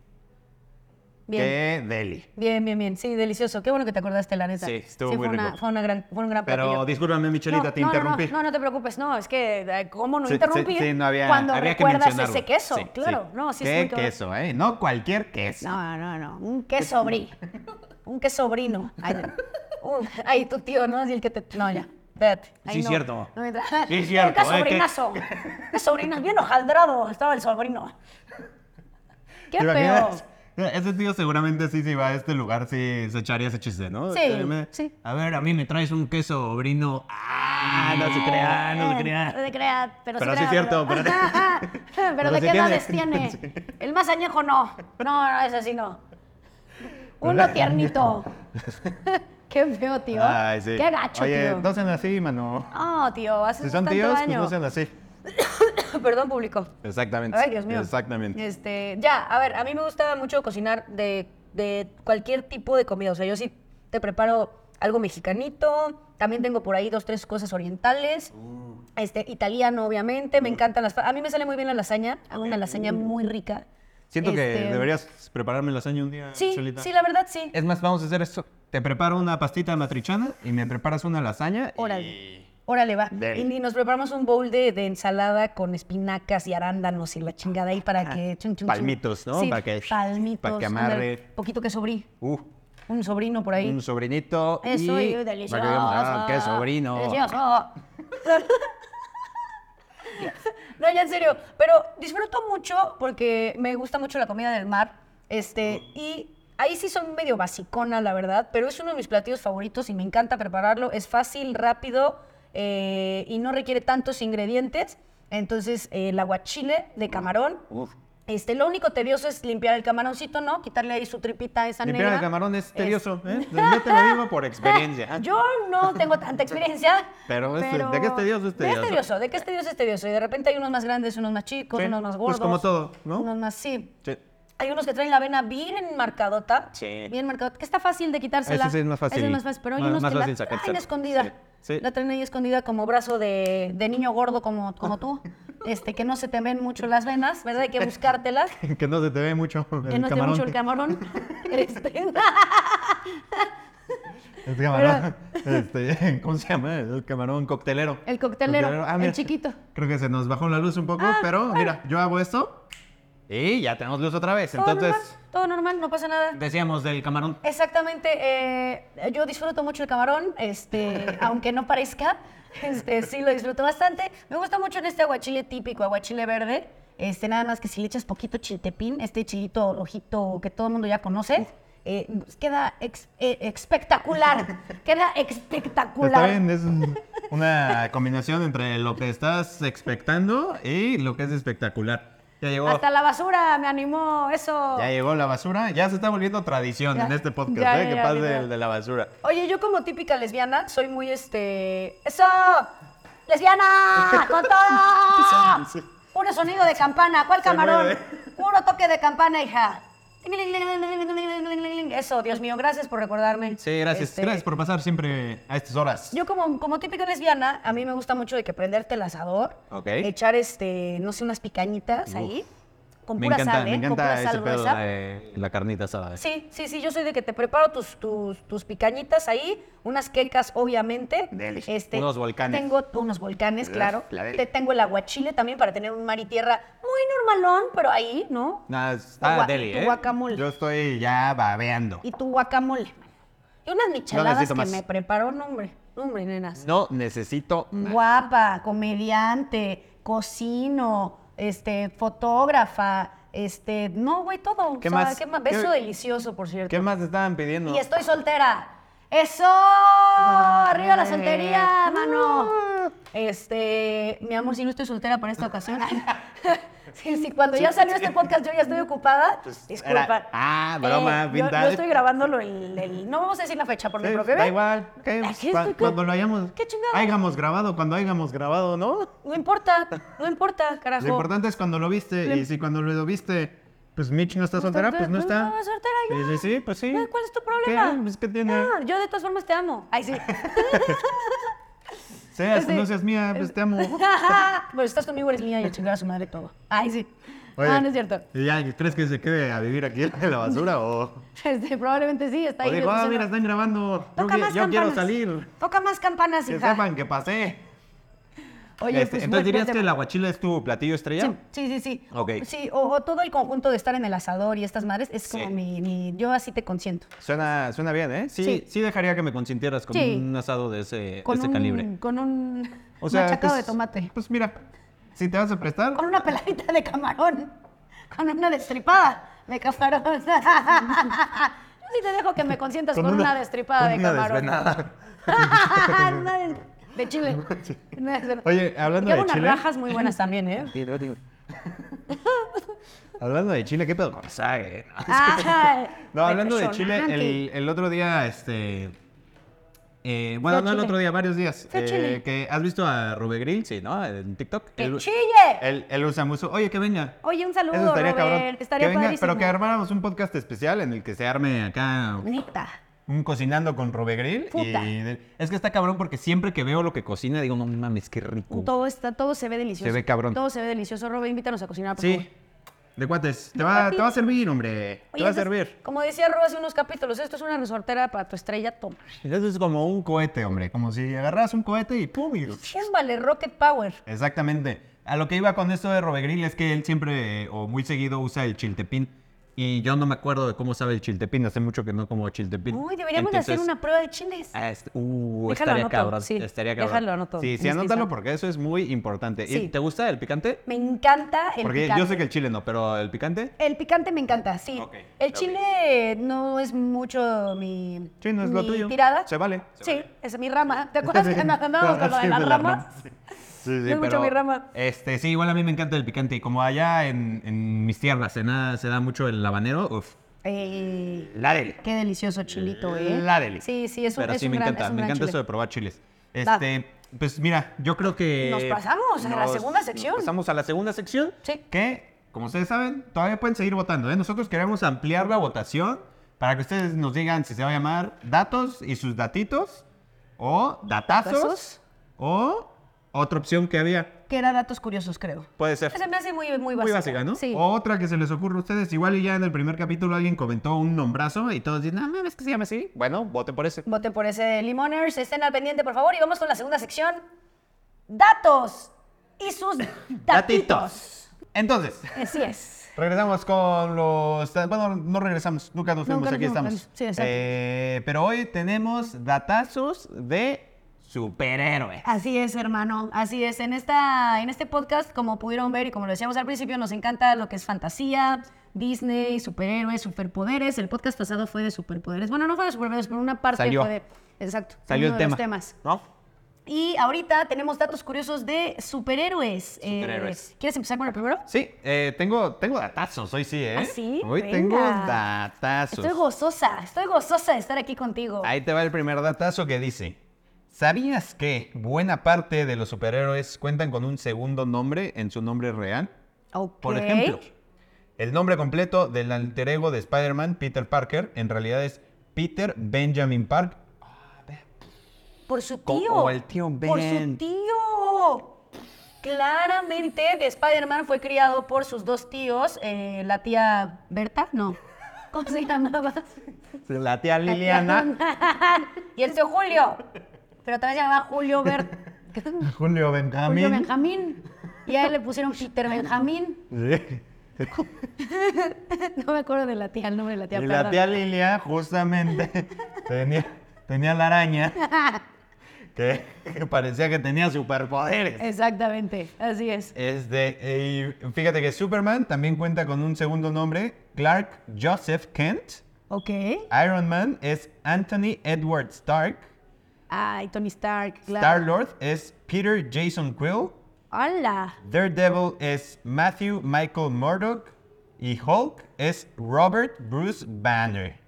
Speaker 2: Bien.
Speaker 1: Qué deli.
Speaker 2: Bien, bien, bien. Sí, delicioso. Qué bueno que te acordaste, la neta.
Speaker 1: Sí, estuvo muy
Speaker 2: fue una-
Speaker 1: rico.
Speaker 2: fue, una gran, fue un gran
Speaker 1: Pero
Speaker 2: platillo.
Speaker 1: discúlpame, Michelita,
Speaker 2: No,
Speaker 1: te
Speaker 2: no, no,
Speaker 1: interrumpí.
Speaker 2: No, no, no te preocupes. No, es que, eh, ¿cómo no
Speaker 1: Sí,
Speaker 2: interrumpir
Speaker 1: sí, sí, no había-
Speaker 2: cuando
Speaker 1: había que
Speaker 2: recuerdas
Speaker 1: mencionarlo.
Speaker 2: ese queso?
Speaker 1: Sí, sí.
Speaker 2: claro. No, sí
Speaker 1: ¿Qué
Speaker 2: es muy cabrón.
Speaker 1: queso, eh? No cualquier queso.
Speaker 2: No, no, no. Un quesobrí. Un quesobrino. Ay, no. Un- ay, tu tío, ¿no? Así el que te. No, ya. Espérate. Ay,
Speaker 1: Sí,
Speaker 2: no.
Speaker 1: cierto.
Speaker 2: No me tra-
Speaker 1: Sí, cierto,
Speaker 2: Un
Speaker 1: eh, que-
Speaker 2: sobrinazo. Un sobrino. Bien hojaldrado estaba el sobrino. Qué
Speaker 1: ¿Te
Speaker 2: feo.
Speaker 1: imaginas? Ese tío seguramente sí, si va a este lugar, sí se echaría ese chiste, ¿no?
Speaker 2: Sí,
Speaker 1: Eh, me-
Speaker 2: sí.
Speaker 1: A ver, a mí me traes un queso brino. Ah, no se crea, no se
Speaker 2: Eh, No
Speaker 1: crea.
Speaker 2: se crea, pero,
Speaker 1: Pero
Speaker 2: se
Speaker 1: sí
Speaker 2: crea,
Speaker 1: es cierto,
Speaker 2: Pero,
Speaker 1: pero-
Speaker 2: Pero
Speaker 1: pero
Speaker 2: ¿de
Speaker 1: sí
Speaker 2: qué
Speaker 1: tiene.
Speaker 2: edades tiene? El más añejo no. No, no, ese sí no. Uno tiernito. Qué feo, tío.
Speaker 1: Ay, sí.
Speaker 2: Qué gacho,
Speaker 1: Oye,
Speaker 2: tío.
Speaker 1: no sean así, mano.
Speaker 2: No, Ah, tío, haces
Speaker 1: Si son
Speaker 2: tanto
Speaker 1: tíos, pues
Speaker 2: daño.
Speaker 1: no sean así.
Speaker 2: Perdón, público.
Speaker 1: Exactamente.
Speaker 2: Ay, Dios mío.
Speaker 1: Exactamente.
Speaker 2: Este, ya, a ver, a mí me gusta mucho cocinar de, de cualquier tipo de comida. O sea, yo sí te preparo algo mexicanito. También tengo por ahí dos, tres cosas orientales.
Speaker 1: Uh.
Speaker 2: Este, italiano, obviamente.
Speaker 1: Mm.
Speaker 2: Me encantan las... A mí me sale muy bien la lasaña. Hago una lasaña muy rica.
Speaker 1: Siento que
Speaker 2: Este,
Speaker 1: deberías prepararme lasaña un día,
Speaker 2: Sí,
Speaker 1: Michelita.
Speaker 2: sí, la verdad, sí.
Speaker 1: Es más, vamos a hacer esto. Te preparo una pastita matrichana y me preparas una lasaña. y-
Speaker 2: Órale. Órale, va.
Speaker 1: Dale.
Speaker 2: Y, y nos preparamos un bowl de, de ensalada con espinacas y arándanos y la chingada ahí para que... chun, chun, chun.
Speaker 1: palmitos, ¿no?
Speaker 2: Sí,
Speaker 1: Para que-
Speaker 2: palmitos.
Speaker 1: para que
Speaker 2: ándale.
Speaker 1: amarre.
Speaker 2: Poquito que sobrí.
Speaker 1: Uh,
Speaker 2: Un sobrino por ahí.
Speaker 1: un sobrinito.
Speaker 2: Eso,
Speaker 1: y...
Speaker 2: y
Speaker 1: para que
Speaker 2: delicioso.
Speaker 1: digamos, ah, qué sobrino.
Speaker 2: Delicioso. no, ya en serio. Pero disfruto mucho porque me gusta mucho la comida del mar. Este, y ahí sí soy medio basicona, la verdad. Pero es uno de mis platillos favoritos y me encanta prepararlo. Es fácil, rápido eh, y no requiere tantos ingredientes. Entonces, eh, el aguachile de camarón.
Speaker 1: Mm, Uf.
Speaker 2: Este, lo único tedioso es limpiar el camaroncito, ¿no? Quitarle ahí su tripita esa
Speaker 1: Limpiar
Speaker 2: negra.
Speaker 1: el camarón es
Speaker 2: Es-
Speaker 1: tedioso, ¿eh? Yo te lo digo por experiencia.
Speaker 2: Yo no tengo tanta experiencia.
Speaker 1: Pero es- ¿de qué es tedioso? Es
Speaker 2: ¿De qué
Speaker 1: tedioso.
Speaker 2: es tedioso? ¿De qué es tedioso? Es tedioso. Y de repente hay unos más grandes, unos más chicos,
Speaker 1: Sí,
Speaker 2: unos más gordos.
Speaker 1: pues como todo, ¿no?
Speaker 2: Unos más, sí.
Speaker 1: Sí.
Speaker 2: Hay unos que traen la avena bien marcadota.
Speaker 1: Sí.
Speaker 2: Bien marcadota. Que está fácil de quitársela.
Speaker 1: Ese sí es más fácil.
Speaker 2: Ese es más fácil. Pero hay
Speaker 1: Más-
Speaker 2: unos
Speaker 1: más
Speaker 2: que
Speaker 1: fácil
Speaker 2: la traen
Speaker 1: sacársela.
Speaker 2: escondida.
Speaker 1: Sí, sí.
Speaker 2: La traen ahí escondida como brazo de, de niño gordo como, como tú. Este, que no se te ven mucho las venas, ¿verdad? Hay que buscártelas.
Speaker 1: que no se te ve mucho el
Speaker 2: Que no esté
Speaker 1: camarón.
Speaker 2: mucho el camarón. Este,
Speaker 1: El camarón, este, ¿cómo se llama? El camarón coctelero. Ah,
Speaker 2: El coctelero, el
Speaker 1: mira,
Speaker 2: chiquito.
Speaker 1: Creo que se nos bajó la luz un poco,
Speaker 2: Ah,
Speaker 1: pero
Speaker 2: bueno.
Speaker 1: mira, yo hago esto y ya tenemos luz otra vez.
Speaker 2: todo
Speaker 1: Entonces,
Speaker 2: normal, todo normal, no pasa nada.
Speaker 1: decíamos del camarón.
Speaker 2: Exactamente. eh, yo disfruto mucho el camarón, este, aunque no parezca, este, sí lo disfruto bastante. Me gusta mucho en este aguachile típico, aguachile verde. Este, nada más que si le echas poquito chiltepín, este chilito rojito que todo el mundo ya conoce, eh, pues queda ex- eh, espectacular. queda espectacular.
Speaker 1: Está bien, es un- una combinación entre lo que estás expectando y lo que es espectacular. Ya llegó,
Speaker 2: Hasta la basura me animó eso.
Speaker 1: ya llegó la basura, ya se está volviendo tradición
Speaker 2: Ya.
Speaker 1: en este podcast,
Speaker 2: Ya,
Speaker 1: ¿eh?
Speaker 2: ya,
Speaker 1: que
Speaker 2: ya,
Speaker 1: pase
Speaker 2: literal.
Speaker 1: el de la basura.
Speaker 2: Oye, yo como típica lesbiana soy muy este. ¡Eso! ¡Lesbiana! ¡Con todo!
Speaker 1: Sí, sí.
Speaker 2: Puro sonido de campana. ¿Cuál
Speaker 1: Se
Speaker 2: camarón?
Speaker 1: mueve.
Speaker 2: Puro toque de campana, hija. Eso, Dios mío, gracias por recordarme.
Speaker 1: Sí, gracias.
Speaker 2: Este,
Speaker 1: Gracias por pasar siempre a estas horas.
Speaker 2: Yo como, como típica lesbiana, a mí me gusta mucho de que prenderte el asador,
Speaker 1: Ok.
Speaker 2: echar este, no sé, unas picañitas ahí, con
Speaker 1: me
Speaker 2: pura
Speaker 1: encanta,
Speaker 2: sal, ¿eh?
Speaker 1: me
Speaker 2: con pura
Speaker 1: encanta ese
Speaker 2: sal
Speaker 1: pedo
Speaker 2: gruesa.
Speaker 1: de la carnita asada.
Speaker 2: Sí, sí, sí, yo soy de que te preparo tus, tus, tus picañitas ahí, unas quecas, obviamente. Este,
Speaker 1: Deli. Unos volcanes.
Speaker 2: Tengo unos volcanes, claro.
Speaker 1: la deli.
Speaker 2: Te tengo el aguachile también para tener un mar y tierra muy normalón, pero ahí, ¿no?
Speaker 1: Nada, está
Speaker 2: Tu gua-
Speaker 1: deli,
Speaker 2: tu
Speaker 1: ¿eh?
Speaker 2: guacamole.
Speaker 1: Yo estoy ya babeando.
Speaker 2: Y tu guacamole. mano. Y unas micheladas
Speaker 1: necesito
Speaker 2: que
Speaker 1: más.
Speaker 2: me preparó, no, hombre. No, hombre, nenas.
Speaker 1: No necesito
Speaker 2: Mm, Guapa, comediante, cocino, este, fotógrafa, este, no, güey, todo.
Speaker 1: ¿Qué
Speaker 2: O sea,
Speaker 1: más?
Speaker 2: ¿qué más? Beso
Speaker 1: ¿Qué-
Speaker 2: delicioso, por cierto.
Speaker 1: ¿Qué más estaban pidiendo?
Speaker 2: Y
Speaker 1: Ah.
Speaker 2: estoy soltera. ¡Eso! ¡Arriba la soltería, mano! Este, mi amor, si no estoy soltera para esta ocasión. sí, sí, cuando ya salió este podcast yo ya estoy ocupada.
Speaker 1: Pues,
Speaker 2: Disculpa. Eh,
Speaker 1: era- ah, broma,
Speaker 2: yo- yo,
Speaker 1: vintage.
Speaker 2: estoy grabándolo el, el- No vamos a decir la fecha por mi
Speaker 1: Sí,
Speaker 2: propio
Speaker 1: da
Speaker 2: bien.
Speaker 1: igual. ¿qué?
Speaker 2: Aquí
Speaker 1: Cua-
Speaker 2: estoy con-
Speaker 1: Cuando lo hayamos,
Speaker 2: ¿Qué chingado?
Speaker 1: hayamos grabado, cuando hayamos grabado, ¿no?
Speaker 2: No importa, no importa, carajo.
Speaker 1: Lo importante es cuando lo viste.
Speaker 2: Le-
Speaker 1: Y si cuando lo viste, pues Mitch no está soltera, pues no está.
Speaker 2: estaba soltera yo.
Speaker 1: Sí, sí, sí, pues sí.
Speaker 2: Güey, Eh, ¿Cuál es tu
Speaker 1: ¿Qué?
Speaker 2: problema?
Speaker 1: Pues, ¿Qué tiene?
Speaker 2: Ah, yo de todas formas te amo. Ay, sí.
Speaker 1: Seas,
Speaker 2: sí.
Speaker 1: no seas mía, pues te amo.
Speaker 2: bueno, Pues, estás conmigo, eres mía y a chingar a su madre todo. Ay, sí.
Speaker 1: Oye,
Speaker 2: Ah, no es cierto.
Speaker 1: ¿Y ya crees que se quede a vivir aquí en la basura o...?
Speaker 2: Este, probablemente sí, está
Speaker 1: O
Speaker 2: ahí.
Speaker 1: digo, ah,
Speaker 2: diciendo,
Speaker 1: mira, están grabando. Yo,
Speaker 2: Toca
Speaker 1: qui-
Speaker 2: más
Speaker 1: yo
Speaker 2: campanas.
Speaker 1: quiero salir.
Speaker 2: Toca más campanas,
Speaker 1: Que
Speaker 2: hija.
Speaker 1: sepan que pasé.
Speaker 2: Oye,
Speaker 1: Este,
Speaker 2: pues, buen-
Speaker 1: entonces
Speaker 2: buen
Speaker 1: dirías
Speaker 2: tema.
Speaker 1: que el aguachile es tu platillo estrella.
Speaker 2: Sí, sí, sí. sí.
Speaker 1: Ok.
Speaker 2: Sí, o, o todo el conjunto de estar en el asador y estas madres es como
Speaker 1: Sí.
Speaker 2: mi, mi- Yo así te consiento.
Speaker 1: Suena, suena bien, ¿eh? Sí, sí,
Speaker 2: Sí.
Speaker 1: dejaría que me consintieras con
Speaker 2: Sí.
Speaker 1: un asado de ese, de
Speaker 2: Con
Speaker 1: ese
Speaker 2: un,
Speaker 1: calibre.
Speaker 2: Con un
Speaker 1: O sea,
Speaker 2: machacado
Speaker 1: pues-
Speaker 2: de tomate.
Speaker 1: Pues mira, si te vas a prestar,
Speaker 2: Con una peladita de camarón. Con una destripada de camarón. Yo sí te dejo que me consientas
Speaker 1: Con
Speaker 2: con,
Speaker 1: una-
Speaker 2: una, destripada
Speaker 1: con
Speaker 2: de
Speaker 1: una
Speaker 2: camarón.
Speaker 1: desvenada.
Speaker 2: Una des- de chile. Una desvenada.
Speaker 1: Oye, hablando
Speaker 2: Y hago
Speaker 1: de chile-
Speaker 2: unas rajas muy buenas también, ¿eh?
Speaker 1: Hablando de Chile, ¿qué pedo con Sage?
Speaker 2: Ay,
Speaker 1: No, hablando de Chile,
Speaker 2: impresionante.
Speaker 1: el, el otro día, este. eh, bueno,
Speaker 2: a
Speaker 1: no el
Speaker 2: Chile.
Speaker 1: otro día, varios días.
Speaker 2: Fui a
Speaker 1: eh,
Speaker 2: Chile.
Speaker 1: que has visto a Rubegril, sí, ¿no? En TikTok.
Speaker 2: ¡Que
Speaker 1: Él-
Speaker 2: chille!
Speaker 1: Él, él usa mucho. Oye, que venga.
Speaker 2: Oye, un saludo,
Speaker 1: Eso estaría
Speaker 2: Robert.
Speaker 1: cabrón.
Speaker 2: Estaría
Speaker 1: que venga, pero
Speaker 2: padrísimo.
Speaker 1: que armáramos un podcast especial en el que se arme acá
Speaker 2: Neta.
Speaker 1: un cocinando con Rubegril.
Speaker 2: Puta.
Speaker 1: Y es que está cabrón porque siempre que veo lo que cocina digo, no mames, qué rico.
Speaker 2: Todo, está, todo se ve delicioso.
Speaker 1: Se ve cabrón.
Speaker 2: Todo se ve delicioso. Robert, invítanos a cocinar, por
Speaker 1: Sí.
Speaker 2: favor.
Speaker 1: De cuates. Te va, te va a servir, hombre. te
Speaker 2: Oye,
Speaker 1: va a
Speaker 2: esto es-
Speaker 1: servir.
Speaker 2: Como decía Rob hace unos capítulos, esto es una resortera para tu estrella, toma.
Speaker 1: Eso es como un cohete, hombre. Como si agarras un cohete y pum. y-
Speaker 2: Un vale Rocket Power.
Speaker 1: Exactamente. A lo que iba con esto de Robegril es que él siempre eh, o muy seguido usa el chiltepín. Y yo no me acuerdo de cómo sabe el chiltepín. Hace mucho que no como chiltepín.
Speaker 2: Uy, deberíamos de hacer
Speaker 1: Entonces,
Speaker 2: una prueba de chiles.
Speaker 1: Ah, es- uh,
Speaker 2: Déjalo
Speaker 1: estaría
Speaker 2: anoto,
Speaker 1: cabrón.
Speaker 2: sí,
Speaker 1: estaría cabrón.
Speaker 2: déjalo anoto.
Speaker 1: Sí, sí,
Speaker 2: Mis
Speaker 1: anótalo
Speaker 2: tips.
Speaker 1: porque eso es muy importante. ¿Y
Speaker 2: Sí.
Speaker 1: ¿Te gusta el picante?
Speaker 2: Me encanta el
Speaker 1: porque
Speaker 2: picante.
Speaker 1: yo sé que el chile no, pero el picante.
Speaker 2: El picante me encanta, sí.
Speaker 1: Ok,
Speaker 2: el
Speaker 1: ok.
Speaker 2: chile no es mucho mi,
Speaker 1: Sí, no es lo
Speaker 2: mi
Speaker 1: tuyo.
Speaker 2: tirada.
Speaker 1: Se vale, se
Speaker 2: sí, esa es mi rama. ¿Te acuerdas que nos andábamos con lo de
Speaker 1: Sí,
Speaker 2: las
Speaker 1: de
Speaker 2: ramas?
Speaker 1: las ramas, sí. Sí, sí,
Speaker 2: No es mucho
Speaker 1: pero,
Speaker 2: mi rama.
Speaker 1: Este, sí, igual a mí me encanta el picante. Y como allá en, en mis tierras se, na- se da mucho el habanero, uf.
Speaker 2: Ey,
Speaker 1: La deli.
Speaker 2: Eh, qué delicioso chilito, ¿eh?
Speaker 1: La deli.
Speaker 2: Sí, sí, es un,
Speaker 1: Pero
Speaker 2: es
Speaker 1: sí,
Speaker 2: un
Speaker 1: me
Speaker 2: gran,
Speaker 1: encanta,
Speaker 2: es un
Speaker 1: me
Speaker 2: gran
Speaker 1: encanta
Speaker 2: chile.
Speaker 1: eso de probar chiles.
Speaker 2: Va.
Speaker 1: Este, pues mira, yo creo que...
Speaker 2: Nos pasamos a la segunda sección.
Speaker 1: Nos pasamos a la segunda sección.
Speaker 2: Sí.
Speaker 1: Que, como ustedes saben, todavía pueden seguir votando. ¿eh? Nosotros queremos ampliar la votación para que ustedes nos digan si se va a llamar datos y sus datitos, o datazos,
Speaker 2: ¿Datazos?
Speaker 1: o otra opción que había.
Speaker 2: Que era datos curiosos, creo.
Speaker 1: Puede ser.
Speaker 2: Se me hace muy, muy básica.
Speaker 1: Muy básica, ¿no? Oh.
Speaker 2: Sí.
Speaker 1: O Otra que se les ocurra a ustedes. Igual y ya en el primer capítulo alguien comentó un nombrazo y todos dicen, "Ah, no mames, que se llama así. Bueno, voten por ese.
Speaker 2: Voten por ese Limoners, estén al pendiente, por favor. Y vamos con la segunda sección. Datos y sus datitos.
Speaker 1: Entonces,
Speaker 2: Así es.
Speaker 1: regresamos con los... Bueno, no regresamos, nunca nos vemos,
Speaker 2: Nunca nos
Speaker 1: aquí
Speaker 2: vemos.
Speaker 1: estamos.
Speaker 2: Sí, exacto.
Speaker 1: Eh, pero hoy tenemos datazos de superhéroes.
Speaker 2: Así es, hermano. Así es. En, esta, en este podcast, como pudieron ver y como lo decíamos al principio, nos encanta lo que es fantasía, Disney, superhéroes, superpoderes. El podcast pasado fue de superpoderes. Bueno, no fue de superpoderes, pero una parte
Speaker 1: Salió.
Speaker 2: fue de... Exacto. fue
Speaker 1: Salió el
Speaker 2: uno de
Speaker 1: tema.
Speaker 2: los temas.
Speaker 1: ¿No?
Speaker 2: Y ahorita tenemos datos curiosos de superhéroes. Eh,
Speaker 1: Superhéroes.
Speaker 2: ¿Quieres empezar con el primero?
Speaker 1: Sí, eh, tengo, tengo datazos hoy sí, ¿eh?
Speaker 2: ¿Ah, sí?
Speaker 1: Hoy
Speaker 2: Venga.
Speaker 1: tengo datazos.
Speaker 2: Estoy gozosa, estoy gozosa de estar aquí contigo.
Speaker 1: Ahí te va el primer datazo que dice. ¿Sabías que buena parte de los superhéroes cuentan con un segundo nombre en su nombre real?
Speaker 2: Ok.
Speaker 1: Por ejemplo, el nombre completo del alter ego de Spider-Man, Peter Parker, en realidad es Peter Benjamin Park.
Speaker 2: Por su
Speaker 1: Co-
Speaker 2: tío.
Speaker 1: o el tío
Speaker 2: Por
Speaker 1: Ben.
Speaker 2: su tío. Claramente, Spider-Man fue criado por sus dos tíos. eh, la tía Berta, no. ¿Cómo se llamaba?
Speaker 1: La tía
Speaker 2: La tía
Speaker 1: Liliana.
Speaker 2: Liliana. y el tío Julio. Pero también se llamaba Julio Berta.
Speaker 1: Julio
Speaker 2: Julio
Speaker 1: Benjamin.
Speaker 2: Benjamín. Y a él le pusieron Peter Benjamín.
Speaker 1: Sí.
Speaker 2: No me acuerdo de la tía, el nombre de la tía.
Speaker 1: Y la
Speaker 2: perdón.
Speaker 1: tía Lilia justamente tenía, tenía la araña que, que parecía que tenía superpoderes.
Speaker 2: Exactamente, así es.
Speaker 1: Este, eh, y fíjate que Superman también cuenta con un segundo nombre, Clark Joseph Kent.
Speaker 2: Ok.
Speaker 1: Iron Man es Anthony Edward Stark.
Speaker 2: Ay, Tony Stark, claro.
Speaker 1: Star-Lord es Peter Jason Quill.
Speaker 2: ¡Hala!
Speaker 1: Daredevil es Matthew Michael Murdock. Y Hulk es Robert Bruce Banner.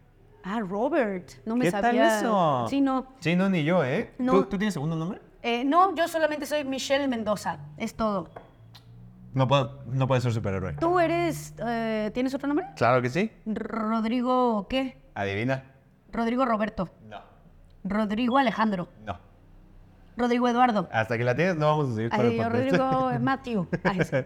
Speaker 2: Ah, Robert. No me
Speaker 1: ¿Qué
Speaker 2: sabía.
Speaker 1: tal eso?
Speaker 2: Sí, no.
Speaker 1: Sí, no, ni yo, ¿eh?
Speaker 2: No.
Speaker 1: ¿Tú, tú tienes segundo nombre?
Speaker 2: Eh, no, yo solamente soy Michelle Mendoza. Es todo.
Speaker 1: No puedo, no puedo ser superhéroe.
Speaker 2: ¿Tú eres. eh, ¿Tienes otro nombre?
Speaker 1: Claro que sí.
Speaker 2: R- Rodrigo. ¿Qué?
Speaker 1: Adivina.
Speaker 2: Rodrigo Roberto.
Speaker 1: No.
Speaker 2: Rodrigo Alejandro.
Speaker 1: No.
Speaker 2: Rodrigo Eduardo.
Speaker 1: Hasta que la tienes no vamos a seguir con Ah, el
Speaker 2: Ay,
Speaker 1: podcast.
Speaker 2: Rodrigo eh, Matthew. Ay, sí.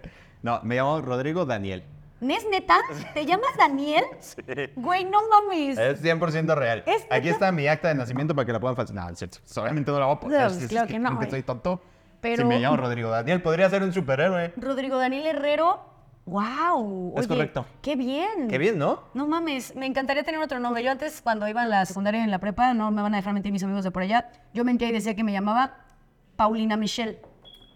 Speaker 1: no, me llamo Rodrigo Daniel.
Speaker 2: ¿No es neta? ¿Te llamas Daniel? Sí. Güey, no mames.
Speaker 1: Es 100% real.
Speaker 2: ¿Es
Speaker 1: Aquí
Speaker 2: neta?
Speaker 1: está mi acta de nacimiento para que la puedan falsificar. No, es cierto. Obviamente no la voy a poner.
Speaker 2: No,
Speaker 1: es-
Speaker 2: pues,
Speaker 1: es
Speaker 2: claro que no,
Speaker 1: porque
Speaker 2: güey.
Speaker 1: soy tonto.
Speaker 2: Pero-
Speaker 1: Si me llamo Rodrigo Daniel, podría ser un superhéroe.
Speaker 2: Rodrigo Daniel Herrero. ¡Wow!
Speaker 1: Es correcto.
Speaker 2: ¡Qué bien!
Speaker 1: Qué bien, ¿no?
Speaker 2: No mames, me encantaría tener otro nombre. Yo antes, cuando iba en la secundaria y en la prepa, no me van a dejar mentir mis amigos de por allá. Yo mentía y decía que me llamaba Paulina Michelle.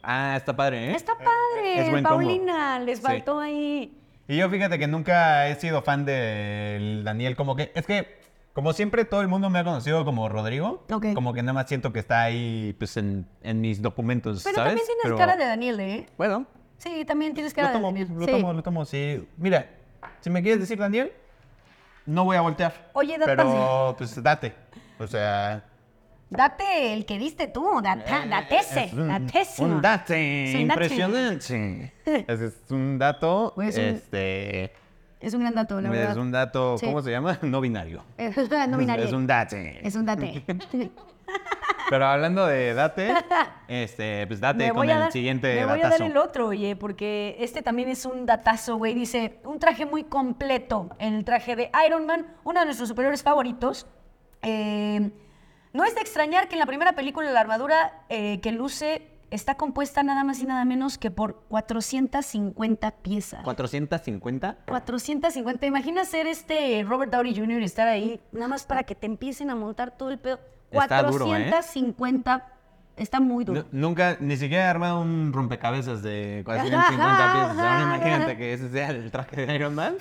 Speaker 1: Ah, está padre, ¿eh?
Speaker 2: Está padre,
Speaker 1: es buen combo.
Speaker 2: Paulina, les
Speaker 1: Sí.
Speaker 2: faltó ahí.
Speaker 1: Y yo fíjate que nunca he sido fan del Daniel, como que es que como siempre todo el mundo me ha conocido como Rodrigo,
Speaker 2: Ok.
Speaker 1: como que nada más siento que está ahí pues en, en mis documentos,
Speaker 2: Pero
Speaker 1: ¿sabes?
Speaker 2: también tienes
Speaker 1: Pero-
Speaker 2: cara de Daniel, ¿eh?
Speaker 1: Bueno,
Speaker 2: Sí, también tienes cara
Speaker 1: lo tomo,
Speaker 2: de Daniel.
Speaker 1: lo
Speaker 2: Sí.
Speaker 1: tomo, lo tomo, sí. Mira, si me quieres decir Daniel, no voy a voltear.
Speaker 2: Oye, date.
Speaker 1: Pero pues date. O sea,
Speaker 2: Date el que diste tú, data,
Speaker 1: Eh,
Speaker 2: datese,
Speaker 1: es un,
Speaker 2: datésimo.
Speaker 1: un date
Speaker 2: Es un date.
Speaker 1: impresionante. Ese es un dato,
Speaker 2: Güey, es un-
Speaker 1: este,
Speaker 2: Es un gran dato, la
Speaker 1: es
Speaker 2: verdad.
Speaker 1: un dato,
Speaker 2: Sí.
Speaker 1: ¿cómo se llama? No binario.
Speaker 2: no binario.
Speaker 1: Es un date.
Speaker 2: Es un date.
Speaker 1: Pero hablando de date, este, pues date
Speaker 2: Me
Speaker 1: con
Speaker 2: voy,
Speaker 1: el
Speaker 2: a dar,
Speaker 1: siguiente
Speaker 2: me voy a dar
Speaker 1: datazo.
Speaker 2: el otro, oye, porque este también es un datazo, güey. Dice, un traje muy completo, el traje de Iron Man, uno de nuestros superiores favoritos. Eh, no es de extrañar que en la primera película la armadura eh, que luce está compuesta nada más y nada menos que por 450 piezas.
Speaker 1: 450.
Speaker 2: 450. Imagina ser este Robert Downey Jr. y estar ahí, nada más para que te empiecen a montar todo el pedo.
Speaker 1: Está duro, ¿eh?
Speaker 2: 450. Está muy duro.
Speaker 1: Nu- nunca, ni siquiera he armado un rompecabezas de 450 piezas.
Speaker 2: 450 piezas.
Speaker 1: Ahora imagínate que ese sea el traje de Iron Man.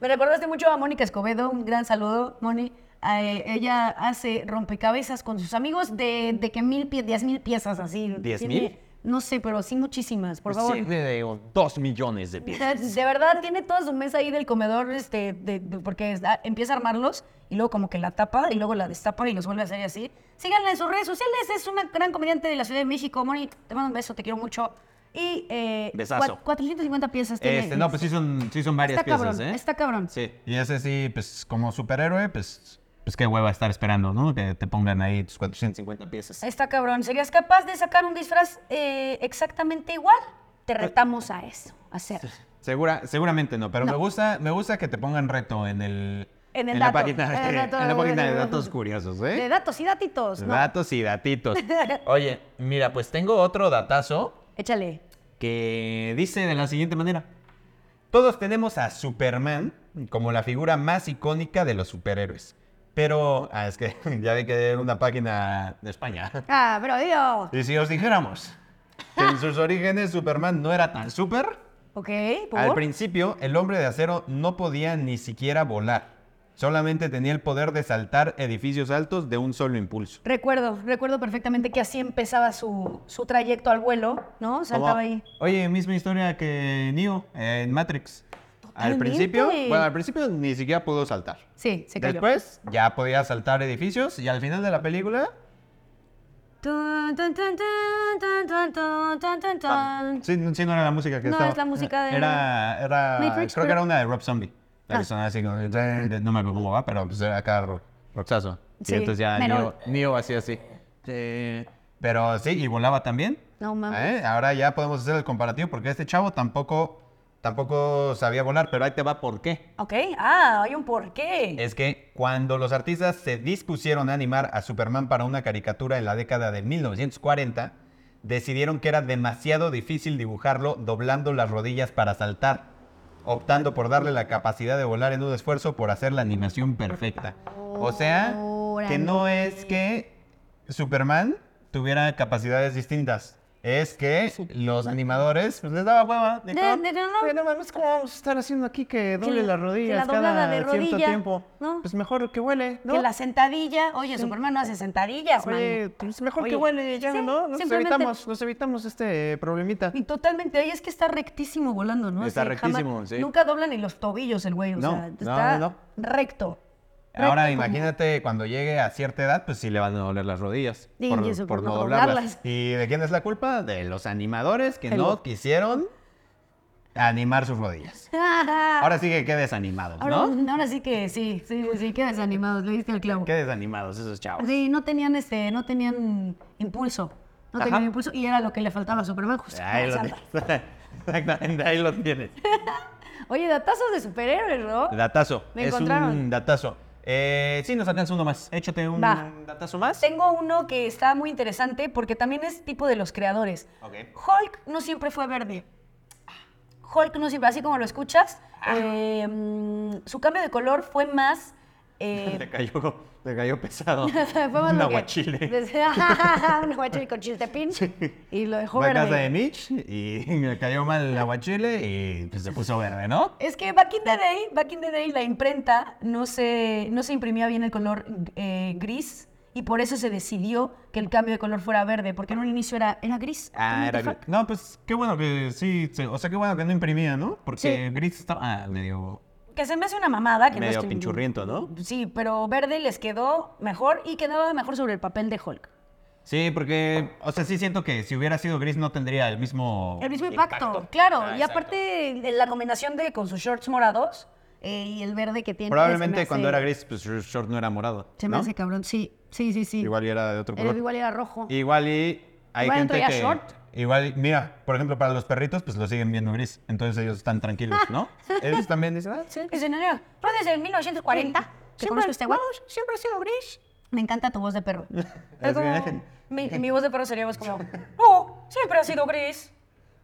Speaker 2: Me recordaste mucho a Mónica Escobedo, un gran saludo, Moni. Eh, ella hace rompecabezas con sus amigos de, de que mil, pie- diez mil piezas así.
Speaker 1: ¿Diez
Speaker 2: Tiene-
Speaker 1: mil?
Speaker 2: No sé, pero sí muchísimas, por
Speaker 1: Pues
Speaker 2: favor.
Speaker 1: sí, de- de dos millones de piezas.
Speaker 2: De verdad, tiene toda su mesa ahí del comedor, este, de- de- porque es- ah, empieza a armarlos y luego como que la tapa y luego la destapa y los vuelve a hacer y así. Síganla en sus redes sociales, es una gran comediante de la Ciudad de México. Moni, te mando un beso, te quiero mucho. Y eh,
Speaker 1: Besazo.
Speaker 2: cua- 450 piezas tiene.
Speaker 1: Este, no, pues sí son, sí son varias
Speaker 2: Está
Speaker 1: piezas,
Speaker 2: cabrón,
Speaker 1: ¿eh?
Speaker 2: está cabrón.
Speaker 1: Sí. Y ese sí, pues como superhéroe, pues, pues qué hueva estar esperando, ¿no? Que te pongan ahí tus 450 piezas.
Speaker 2: Está cabrón. ¿Serías capaz de sacar un disfraz eh, exactamente igual? Te
Speaker 1: Pues,
Speaker 2: retamos a eso, a hacer.
Speaker 1: Segura, seguramente no, pero me gusta, me gusta que te pongan reto en el
Speaker 2: En el
Speaker 1: la
Speaker 2: dato,
Speaker 1: página
Speaker 2: en el
Speaker 1: de,
Speaker 2: dato-
Speaker 1: en la página de
Speaker 2: de-
Speaker 1: datos curiosos, ¿eh?
Speaker 2: De datos y datitos. No.
Speaker 1: Datos y datitos. Oye, mira, pues tengo otro datazo
Speaker 2: Échale.
Speaker 1: que dice de la siguiente manera. Todos tenemos a Superman como la figura más icónica de los superhéroes. Pero, ah, es que ya vi que era una página de España.
Speaker 2: Ah, pero Dios.
Speaker 1: Y si os dijéramos que en sus orígenes Superman no era tan super,
Speaker 2: Ok,
Speaker 1: al
Speaker 2: ¿por?
Speaker 1: principio, el hombre de acero no podía ni siquiera volar. Solamente tenía el poder de saltar edificios altos de un solo impulso.
Speaker 2: Recuerdo, recuerdo perfectamente que así empezaba su, su trayecto al vuelo, ¿no? Saltaba
Speaker 1: Como-
Speaker 2: ahí.
Speaker 1: Oye, misma historia que Neo eh, en Matrix. Al
Speaker 2: Totalmente.
Speaker 1: principio, bueno, al principio ni siquiera pudo saltar.
Speaker 2: Sí, se cayó.
Speaker 1: Después ya podía saltar edificios y al final de la película
Speaker 2: Tun, tun, tun, tun, tun, tun, tun, tun, tun, tun.
Speaker 1: sí, no- sí, no era la música que
Speaker 2: No,
Speaker 1: estaba.
Speaker 2: es la música de-
Speaker 1: Era, era
Speaker 2: Matrix,
Speaker 1: creo que
Speaker 2: pero-
Speaker 1: era una de Rob Zombie. La
Speaker 2: Ah.
Speaker 1: que sonaba así como- no me acuerdo cómo va, pero pues era acá ro- roxazo.
Speaker 2: Sí,
Speaker 1: y entonces ya
Speaker 2: pero-
Speaker 1: Neo, Neo hacía así. Sí. Pero sí, y volaba también.
Speaker 2: No mames.
Speaker 1: ¿Eh? Ahora ya podemos hacer el comparativo porque este chavo tampoco tampoco sabía volar, pero ahí te va por qué.
Speaker 2: Ok, ah, hay un porqué.
Speaker 1: Es que cuando los artistas se dispusieron a animar a Superman para una caricatura en la década de 1940, decidieron que era demasiado difícil dibujarlo doblando las rodillas para saltar, optando por darle la capacidad de volar en un esfuerzo por hacer la animación perfecta. O sea, que no es que Superman tuviera capacidades distintas. es que los animadores pues, les daba hueva. De,
Speaker 2: De- de- no, no.
Speaker 1: "Oye, mames, ¿cómo vamos a estar haciendo aquí que doble las
Speaker 2: Que la- que la
Speaker 1: rodillas
Speaker 2: doblada
Speaker 1: cada
Speaker 2: de
Speaker 1: cierto
Speaker 2: rodilla,
Speaker 1: tiempo?
Speaker 2: ¿no?
Speaker 1: Pues mejor que huele, ¿no?
Speaker 2: Que la sentadilla. Oye, Superman no hace sentadillas,
Speaker 1: Oye,
Speaker 2: man.
Speaker 1: pues mejor
Speaker 2: Oye,
Speaker 1: que huele ya,
Speaker 2: sí,
Speaker 1: ¿no? Nos
Speaker 2: simplemente-
Speaker 1: evitamos, nos evitamos este eh, problemita.
Speaker 2: Y totalmente, y es que está rectísimo volando, ¿no?
Speaker 1: Está
Speaker 2: Así, jamás-
Speaker 1: rectísimo, sí.
Speaker 2: Nunca dobla ni los tobillos el güey, o
Speaker 1: No,
Speaker 2: sea,
Speaker 1: no, no,
Speaker 2: está
Speaker 1: no.
Speaker 2: recto. recto
Speaker 1: Ahora
Speaker 2: como-
Speaker 1: imagínate cuando llegue a cierta edad, pues sí le van a doler las rodillas
Speaker 2: Y
Speaker 1: por,
Speaker 2: eso,
Speaker 1: por
Speaker 2: por
Speaker 1: no
Speaker 2: no
Speaker 1: doblarlas.
Speaker 2: doblarlas.
Speaker 1: ¿Y de quién es la culpa? De los animadores que
Speaker 2: El-
Speaker 1: no quisieron animar sus rodillas. Ahora sí que qué desanimados,
Speaker 2: Ah. Ahora, mm,
Speaker 1: ¿no?
Speaker 2: ahora sí que sí, sí, sí, qué desanimados, le diste al clavo.
Speaker 1: Qué desanimados esos chavos.
Speaker 2: Sí, no tenían este, no tenían impulso. No
Speaker 1: Ajá.
Speaker 2: tenían impulso y era lo que le faltaba a Superman justo.
Speaker 1: Ahí lo
Speaker 2: Santa.
Speaker 1: tienes. Exactamente, ahí lo tienes.
Speaker 2: Oye, datazos de superhéroes, ¿no?
Speaker 1: Datazo.
Speaker 2: Me
Speaker 1: es un
Speaker 2: encontraron.
Speaker 1: datazo. Eh, sí, nos alcanza uno más. Échate un
Speaker 2: Va.
Speaker 1: datazo más.
Speaker 2: Tengo uno que está muy interesante porque también es tipo de los creadores.
Speaker 1: Ok.
Speaker 2: Hulk no siempre fue verde. Hulk no siempre, así como lo escuchas,
Speaker 1: Ah.
Speaker 2: eh, mm, su cambio de color fue más... eh,
Speaker 1: Te cayó, te cayó pesado.
Speaker 2: fue más
Speaker 1: Un
Speaker 2: lo que-
Speaker 1: aguachile.
Speaker 2: un aguachile con chiltepín.
Speaker 1: Sí.
Speaker 2: Y lo dejó
Speaker 1: Fue a casa
Speaker 2: verde.
Speaker 1: de Mitch y le cayó mal el aguachile y pues, se puso verde, ¿no?
Speaker 2: Es que back in the day, back in the day, la imprenta no se, no se imprimía bien el color eh, gris y por eso se decidió que el cambio de color fuera verde, porque en un inicio era, era gris. totalmente
Speaker 1: Ah, gris.
Speaker 2: Hulk.
Speaker 1: No, pues qué bueno que sí, se- o sea, qué bueno que no imprimía, ¿no? Porque
Speaker 2: Sí.
Speaker 1: gris estaba ah, medio
Speaker 2: Que se me hace una mamada. Que
Speaker 1: Medio
Speaker 2: no estoy-
Speaker 1: pinchurriento, ¿no?
Speaker 2: Sí, pero verde les quedó mejor y quedaba mejor sobre el papel de Hulk.
Speaker 1: Sí, porque o sea, sí siento que si hubiera sido gris no tendría el mismo
Speaker 2: El mismo impacto, claro.
Speaker 1: Oh, Ah,
Speaker 2: y aparte, de la combinación de con sus shorts morados eh, y el verde que tiene. se me
Speaker 1: Probablemente
Speaker 2: hace-
Speaker 1: cuando era gris pues su short no era morado,
Speaker 2: Se me
Speaker 1: ¿no?
Speaker 2: hace cabrón, sí, sí, sí, sí.
Speaker 1: Igual y era de otro
Speaker 2: Era-
Speaker 1: color.
Speaker 2: igual era rojo.
Speaker 1: Igual y hay
Speaker 2: Igual
Speaker 1: gente
Speaker 2: entraría
Speaker 1: que
Speaker 2: short.
Speaker 1: igual mira, por ejemplo, para los perritos pues lo siguen viendo gris, entonces ellos están tranquilos, ¿no? ellos también dicen, "Ah, sí,
Speaker 2: Es enero. Yo desde el 1940. ¿Te conozco este güey? Siempre ha sido gris. Me encanta tu voz de perro. Es como-
Speaker 1: bien.
Speaker 2: mi, mi voz de perro sería voz como, oh, siempre ha sido gris.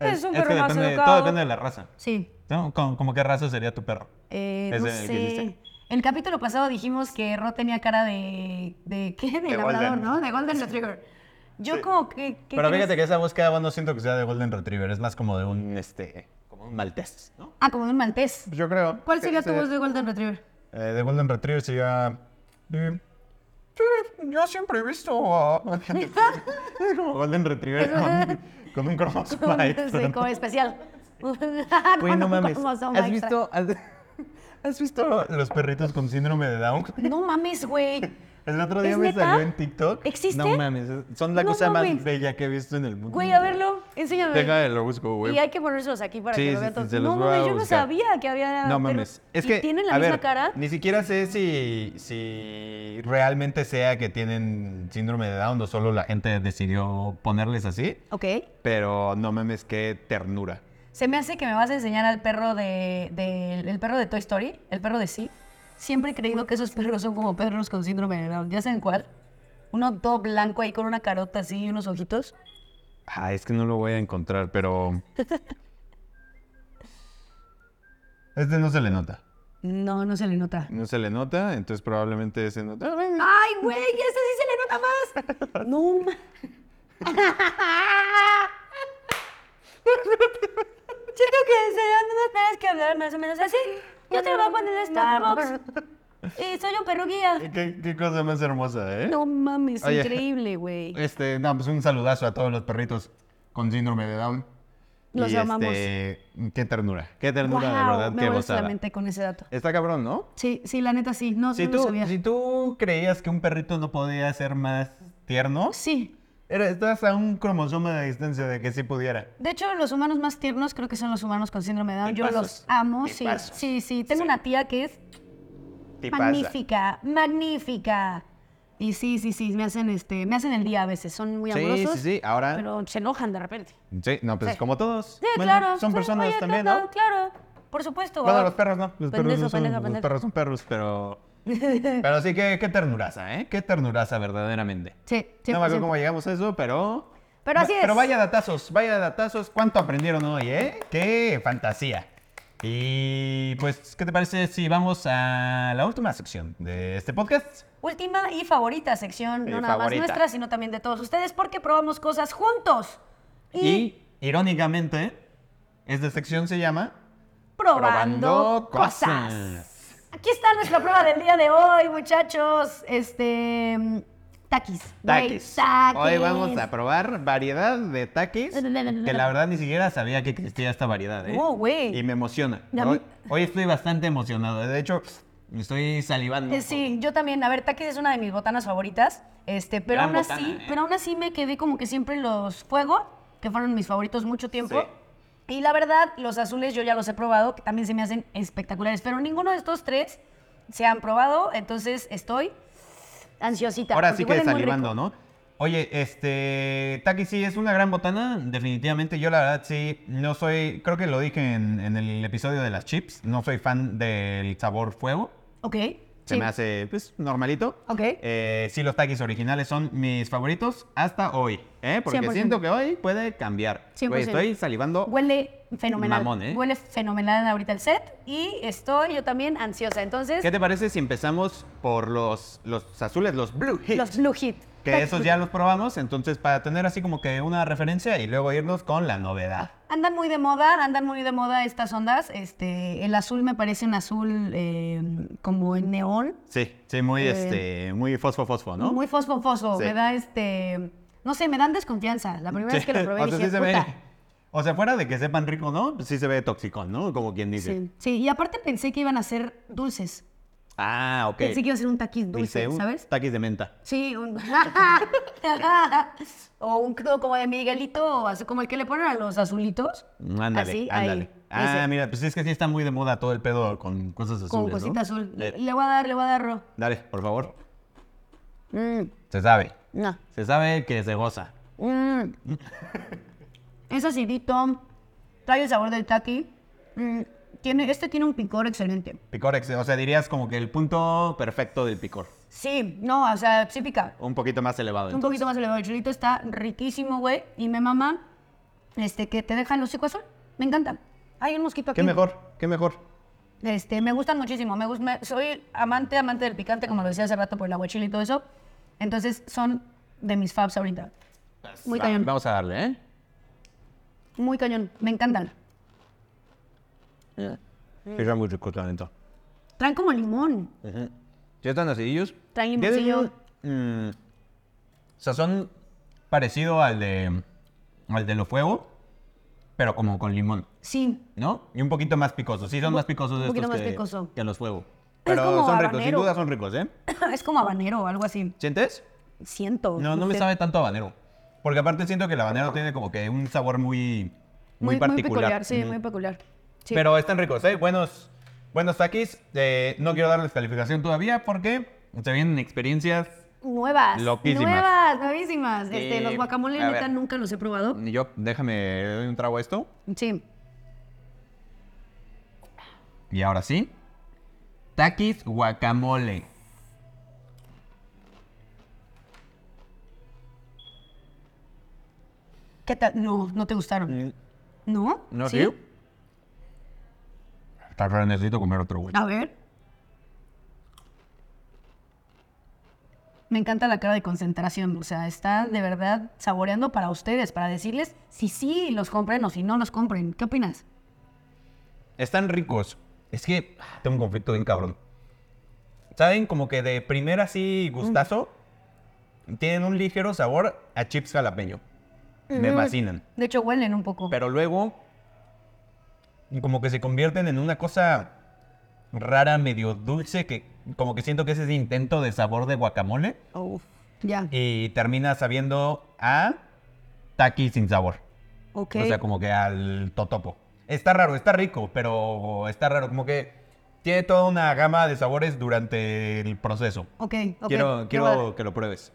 Speaker 2: Es, un
Speaker 1: es
Speaker 2: perro
Speaker 1: que
Speaker 2: más
Speaker 1: depende-
Speaker 2: educado.
Speaker 1: todo depende de la raza.
Speaker 2: Sí.
Speaker 1: ¿no? ¿Cómo, cómo qué raza sería tu perro?
Speaker 2: Eh,
Speaker 1: Ese
Speaker 2: no
Speaker 1: que hiciste.
Speaker 2: sé. El capítulo pasado dijimos que Ro tenía cara de... ¿De qué? De,
Speaker 1: De
Speaker 2: labrador,
Speaker 1: Golden.
Speaker 2: ¿no? De Golden Retriever. Yo como que... ¿qué
Speaker 1: Pero
Speaker 2: crees?
Speaker 1: fíjate que esa búsqueda bueno, no siento que sea de Golden Retriever, es más como de un este como un maltés, ¿no?
Speaker 2: Ah, como de un maltés.
Speaker 1: Yo creo.
Speaker 2: ¿Cuál sería tu voz de Golden Retriever?
Speaker 1: Eh, de Golden Retriever sería. eh, sí, yo siempre he visto a. Es como Golden Retriever con, con un cromosoma extra.
Speaker 2: Sí, como especial.
Speaker 1: Güey,
Speaker 2: Con
Speaker 1: no
Speaker 2: un
Speaker 1: mames.
Speaker 2: cromosoma
Speaker 1: ¿Has
Speaker 2: extra.
Speaker 1: visto, has, has visto los perritos con síndrome de Down?
Speaker 2: No mames, güey.
Speaker 1: El otro día
Speaker 2: ¿Es
Speaker 1: me
Speaker 2: neta?
Speaker 1: salió en TikTok.
Speaker 2: ¿Existe?
Speaker 1: No mames, son la
Speaker 2: No
Speaker 1: cosa
Speaker 2: mames.
Speaker 1: más bella que he visto en el mundo.
Speaker 2: Güey, a verlo, enséñame.
Speaker 1: Déjame, lo busco, güey.
Speaker 2: Y hay que ponérselos aquí para
Speaker 1: Sí,
Speaker 2: que lo
Speaker 1: sí,
Speaker 2: vean
Speaker 1: sí,
Speaker 2: todos.
Speaker 1: se los
Speaker 2: no,
Speaker 1: voy a
Speaker 2: mames, yo no
Speaker 1: buscar.
Speaker 2: sabía que había.
Speaker 1: No
Speaker 2: perros.
Speaker 1: mames. Es
Speaker 2: ¿Y
Speaker 1: que.
Speaker 2: tienen la
Speaker 1: a
Speaker 2: misma
Speaker 1: ver,
Speaker 2: cara.
Speaker 1: Ni siquiera sé si, si realmente sea que tienen síndrome de Down o solo la gente decidió ponerles así.
Speaker 2: Ok.
Speaker 1: Pero no mames, qué ternura.
Speaker 2: Se me hace que me vas a enseñar al perro de, de- el perro de Toy Story, el perro de sí. Siempre he creído que esos perros son como perros con síndrome de Down. ¿Ya saben cuál? Uno todo blanco ahí con una carota así y unos ojitos.
Speaker 1: Ah, es que no lo voy a encontrar, pero. Este no se le nota.
Speaker 2: No, no se le nota.
Speaker 1: No se le nota, entonces probablemente ese no.
Speaker 2: ¡Ay, güey! ¡Ese sí se le nota más! ¡No! ma- Siento que serían unas peras que hablaran más o menos así. Yo trabajo en el Starbucks. Y soy un perro guía.
Speaker 1: ¿Qué, qué cosa más hermosa, ¿eh?
Speaker 2: No mames,
Speaker 1: Oye.
Speaker 2: increíble, güey.
Speaker 1: Este, no, pues un saludazo a todos los perritos con síndrome de Down.
Speaker 2: Los
Speaker 1: Y,
Speaker 2: amamos.
Speaker 1: este, qué ternura, qué ternura, de verdad,
Speaker 2: me
Speaker 1: qué
Speaker 2: volaste la
Speaker 1: gozada.
Speaker 2: mente con ese dato.
Speaker 1: Está cabrón, ¿no?
Speaker 2: Sí, sí, la neta sí. No,
Speaker 1: Si
Speaker 2: no lo
Speaker 1: tú,
Speaker 2: sabía.
Speaker 1: si tú creías que un perrito no podía ser más tierno,
Speaker 2: Sí.
Speaker 1: era, estás a un cromosoma de distancia de que sí pudiera.
Speaker 2: De hecho, los humanos más tiernos creo que son los humanos con síndrome de Down. Yo
Speaker 1: Tipazos.
Speaker 2: los amo. Sí,
Speaker 1: Tipazos.
Speaker 2: sí, sí. Tengo una tía que es
Speaker 1: Tipaza.
Speaker 2: Magnífica, magnífica. Y sí, sí, sí, me hacen este, me hacen el día a veces, son muy
Speaker 1: Sí,
Speaker 2: amorosos.
Speaker 1: sí, sí, ahora-
Speaker 2: Pero se enojan de repente.
Speaker 1: Sí, no, pues
Speaker 2: Sí.
Speaker 1: como todos.
Speaker 2: Sí,
Speaker 1: Bueno,
Speaker 2: claro.
Speaker 1: Son
Speaker 2: sí,
Speaker 1: personas
Speaker 2: oye,
Speaker 1: también,
Speaker 2: claro,
Speaker 1: ¿no?
Speaker 2: Claro, por supuesto.
Speaker 1: Bueno,
Speaker 2: ah,
Speaker 1: los perros no. Los perros,
Speaker 2: pendejo,
Speaker 1: no son,
Speaker 2: pendejo,
Speaker 1: los
Speaker 2: pendejo.
Speaker 1: perros son perros, pero. Pero sí, que qué ternuraza, ¿eh? Qué ternuraza, verdaderamente.
Speaker 2: Sí, sí.
Speaker 1: no me acuerdo
Speaker 2: sí.
Speaker 1: cómo llegamos a eso, pero.
Speaker 2: Pero así
Speaker 1: Pero
Speaker 2: es.
Speaker 1: vaya datazos, vaya datazos. ¿Cuánto aprendieron hoy, eh? ¡Qué fantasía! Y pues, ¿qué te parece si vamos a la última sección de este podcast?
Speaker 2: Última y favorita sección,
Speaker 1: Sí,
Speaker 2: no nada
Speaker 1: favorita.
Speaker 2: más nuestra, sino también de todos ustedes, porque probamos cosas juntos.
Speaker 1: Y, irónicamente, esta sección se llama
Speaker 2: probando,
Speaker 1: Probando
Speaker 2: cosas.
Speaker 1: cosas.
Speaker 2: Aquí está nuestra prueba del día de hoy, muchachos. Este. mm, Taquis. güey,
Speaker 1: Takis.
Speaker 2: Taquis.
Speaker 1: Hoy vamos a probar variedad de taquis que la verdad ni siquiera sabía que existía esta variedad. ¿eh?
Speaker 2: No, güey.
Speaker 1: Y me emociona.
Speaker 2: Y a mí-
Speaker 1: Hoy, hoy estoy bastante emocionado. De hecho, estoy salivando.
Speaker 2: Eh, Sí, yo también. A ver, taquis es una de mis botanas favoritas. Este, pero
Speaker 1: Gran
Speaker 2: aún así,
Speaker 1: botana, ¿eh?
Speaker 2: pero aún así me quedé como que siempre en los fuego, que fueron mis favoritos mucho tiempo.
Speaker 1: Sí.
Speaker 2: Y la verdad, los azules yo ya los he probado, que también se me hacen espectaculares. Pero ninguno de estos tres se han probado, entonces estoy ansiosita.
Speaker 1: Ahora
Speaker 2: porque
Speaker 1: sí que
Speaker 2: huelen muy rico.
Speaker 1: salivando, ¿no? Oye, este, Taki sí es una gran botana, definitivamente. Yo la verdad sí, no soy, creo que lo dije en, en el episodio de las chips, no soy fan del sabor fuego.
Speaker 2: Ok.
Speaker 1: Se
Speaker 2: sí.
Speaker 1: me hace, pues, normalito.
Speaker 2: Ok.
Speaker 1: Eh, sí, los Takis originales son mis favoritos hasta hoy, ¿eh? Porque
Speaker 2: 100%.
Speaker 1: siento que hoy puede cambiar. Güey,
Speaker 2: 100%.
Speaker 1: estoy salivando.
Speaker 2: Huele fenomenal.
Speaker 1: Mamón, ¿eh?
Speaker 2: Huele fenomenal ahorita el set y estoy yo también ansiosa. Entonces,
Speaker 1: ¿Qué te parece si empezamos por los, los azules, los Blue Hits?
Speaker 2: los Blue Hit.
Speaker 1: Que esos ya los probamos, entonces para tener así como que una referencia y luego irnos con la novedad.
Speaker 2: Andan muy de moda, andan muy de moda estas ondas. Este, el azul me parece un azul eh, como en neón,
Speaker 1: Sí, sí, muy,
Speaker 2: Eh,
Speaker 1: este, muy fosfo, fosfo, ¿no?
Speaker 2: muy fosfo-fosfo.
Speaker 1: Sí.
Speaker 2: Me da este, no sé, me dan desconfianza. La primera vez que lo probé
Speaker 1: o sea,
Speaker 2: dije,
Speaker 1: sí se ve-
Speaker 2: puta.
Speaker 1: o sea, fuera de que sepan rico, ¿no? Pues sí se ve tóxico, ¿no? Como quien dice.
Speaker 2: Sí. sí, y aparte pensé que iban a ser dulces.
Speaker 1: Ah, ok.
Speaker 2: Pensé que iba a ser un taquis dulce,
Speaker 1: Dice, un
Speaker 2: ¿sabes?
Speaker 1: Taquis de menta.
Speaker 2: Sí, un... o un crudo como de Miguelito, o así como el que le ponen a los azulitos.
Speaker 1: Ándale,
Speaker 2: Así, ahí,
Speaker 1: ándale. Ah,
Speaker 2: ese,
Speaker 1: mira, pues es que sí está muy de moda todo el pedo con cosas azules,
Speaker 2: Con
Speaker 1: ¿no?
Speaker 2: cosita azul.
Speaker 1: Eh,
Speaker 2: Le voy a dar, le voy a dar ro.
Speaker 1: dale, por favor.
Speaker 2: Mm,
Speaker 1: Se sabe.
Speaker 2: no.
Speaker 1: Se sabe que se goza.
Speaker 2: Mm. Es acidito. Trae el sabor del taqui. Mm, Tiene, este tiene un picor excelente.
Speaker 1: Picor, ex- o sea, dirías como que el punto perfecto del picor.
Speaker 2: Sí, no, o sea, sí pica.
Speaker 1: Un poquito más elevado.
Speaker 2: Un poquito más elevado. El chilito está riquísimo, güey. Y me mama este, que te dejan los hocico azul. Me encanta. Hay un mosquito aquí.
Speaker 1: ¿Qué mejor? ¿Qué mejor?
Speaker 2: Este, me gustan muchísimo. Me, gus- me- soy amante, amante del picante, como lo decía hace rato, por el aguachile y todo eso. Entonces, son de mis faves ahorita. Muy
Speaker 1: Va-
Speaker 2: cañón.
Speaker 1: Vamos a darle, ¿eh?
Speaker 2: Muy cañón. Me encantan.
Speaker 1: Está muy rico, la neta.
Speaker 2: Traen como limón.
Speaker 1: Ujú. ¿Ya están acidillos?
Speaker 2: Traen
Speaker 1: Ya tienen
Speaker 2: limoncillo.
Speaker 1: un, mm, sazón parecido al de, al de lo fuego, pero como con limón,
Speaker 2: Sí,
Speaker 1: ¿no? Y un poquito más picoso. Sí, son más picosos
Speaker 2: un
Speaker 1: de
Speaker 2: poquito
Speaker 1: estos
Speaker 2: más
Speaker 1: que,
Speaker 2: picoso.
Speaker 1: que los fuego.
Speaker 2: Es
Speaker 1: Pero
Speaker 2: como
Speaker 1: son ricos, sin
Speaker 2: habanero.
Speaker 1: duda son ricos, ¿eh?
Speaker 2: es como habanero o algo así.
Speaker 1: ¿Sientes?
Speaker 2: Siento.
Speaker 1: No, no me
Speaker 2: sé.
Speaker 1: sabe tanto a habanero. Porque aparte siento que el habanero tiene como que un sabor muy, muy,
Speaker 2: Muy, muy
Speaker 1: particular.
Speaker 2: peculiar, sí,
Speaker 1: Ujú.
Speaker 2: muy peculiar. Sí.
Speaker 1: Pero están ricos, ¿eh? Buenos, buenos taquis. Eh, no quiero darles calificación todavía porque se vienen experiencias.
Speaker 2: nuevas.
Speaker 1: Loquísimas.
Speaker 2: Nuevas, nuevísimas. Este,
Speaker 1: Sí,
Speaker 2: los guacamoles,
Speaker 1: a ver.
Speaker 2: neta, nunca los he probado.
Speaker 1: Y yo, déjame, le doy un trago a esto.
Speaker 2: Sí.
Speaker 1: Y ahora sí. Taquis guacamole.
Speaker 2: ¿Qué tal? No, no te gustaron. Mm. ¿No?
Speaker 1: ¿No sí? Está raro, necesito comer otro, güey.
Speaker 2: A ver. Me encanta la cara de concentración. O sea, está de verdad saboreando para ustedes, para decirles si sí los compren o si no los compren. ¿Qué opinas?
Speaker 1: Están ricos. Es que ah, tengo un conflicto bien cabrón. ¿Saben? Como que de primera así gustazo, tienen un ligero sabor a chips jalapeño. Me fascinan.
Speaker 2: De hecho, huelen un poco.
Speaker 1: Pero luego, como que se convierten en una cosa rara, medio dulce, que como que siento que es ese intento de sabor de guacamole.
Speaker 2: Uf, ya.
Speaker 1: Y termina sabiendo a taqui sin sabor.
Speaker 2: Ok.
Speaker 1: O sea, como que al totopo. Está raro, está rico, pero está raro. Como que tiene toda una gama de sabores durante el proceso.
Speaker 2: Ok,
Speaker 1: Quiero,
Speaker 2: ok. le voy a dar.
Speaker 1: quiero que lo pruebes.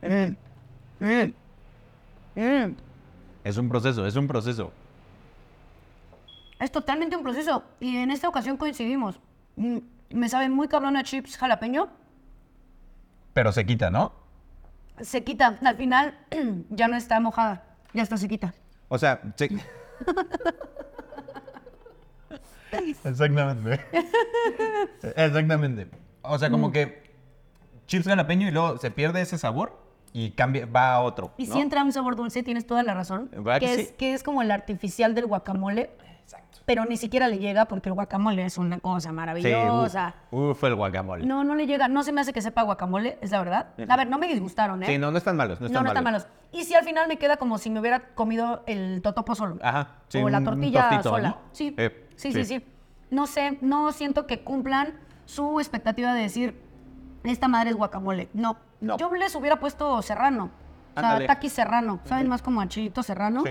Speaker 2: Mm. Mm. Mm.
Speaker 1: Es un proceso, es un proceso.
Speaker 2: Es totalmente un proceso y en esta ocasión coincidimos. Mm, Me sabe muy cabrón a chips jalapeño.
Speaker 1: Pero se quita, ¿no?
Speaker 2: Se quita. Al final ya no está mojada. Ya está sequita.
Speaker 1: O sea, se... Exactamente.
Speaker 2: Mm.
Speaker 1: Exactamente. O sea, como que chips jalapeño y luego se pierde ese sabor y cambia, va a otro.
Speaker 2: Y si
Speaker 1: ¿no? Eh,
Speaker 2: entra un sabor dulce, tienes toda la razón.
Speaker 1: ¿Verdad que
Speaker 2: que, es,
Speaker 1: sí?
Speaker 2: que es como el artificial del guacamole,
Speaker 1: Exacto.
Speaker 2: pero ni siquiera le llega porque el guacamole es una cosa
Speaker 1: Sí, uh. uf,
Speaker 2: maravillosa.
Speaker 1: uf, el guacamole.
Speaker 2: No, no le llega. No se me hace que sepa guacamole, es la verdad. A ver, no me disgustaron, ¿eh?
Speaker 1: Sí, no, no están malos, no
Speaker 2: no,
Speaker 1: están
Speaker 2: no están
Speaker 1: malos.
Speaker 2: malos. Y si al final me queda como si me hubiera comido el totopo solo.
Speaker 1: Ajá, sí,
Speaker 2: o la
Speaker 1: un
Speaker 2: tortilla
Speaker 1: tostito,
Speaker 2: sola.
Speaker 1: ¿no?
Speaker 2: Sí.
Speaker 1: Eh,
Speaker 2: sí, sí,
Speaker 1: sí.
Speaker 2: sí. No sé, no siento que cumplan su expectativa de decir, esta madre es guacamole. No.
Speaker 1: No.
Speaker 2: Yo les hubiera puesto serrano. O sea,
Speaker 1: Ándale.
Speaker 2: taqui serrano. ¿Saben más como a chilito serrano?
Speaker 1: Sí.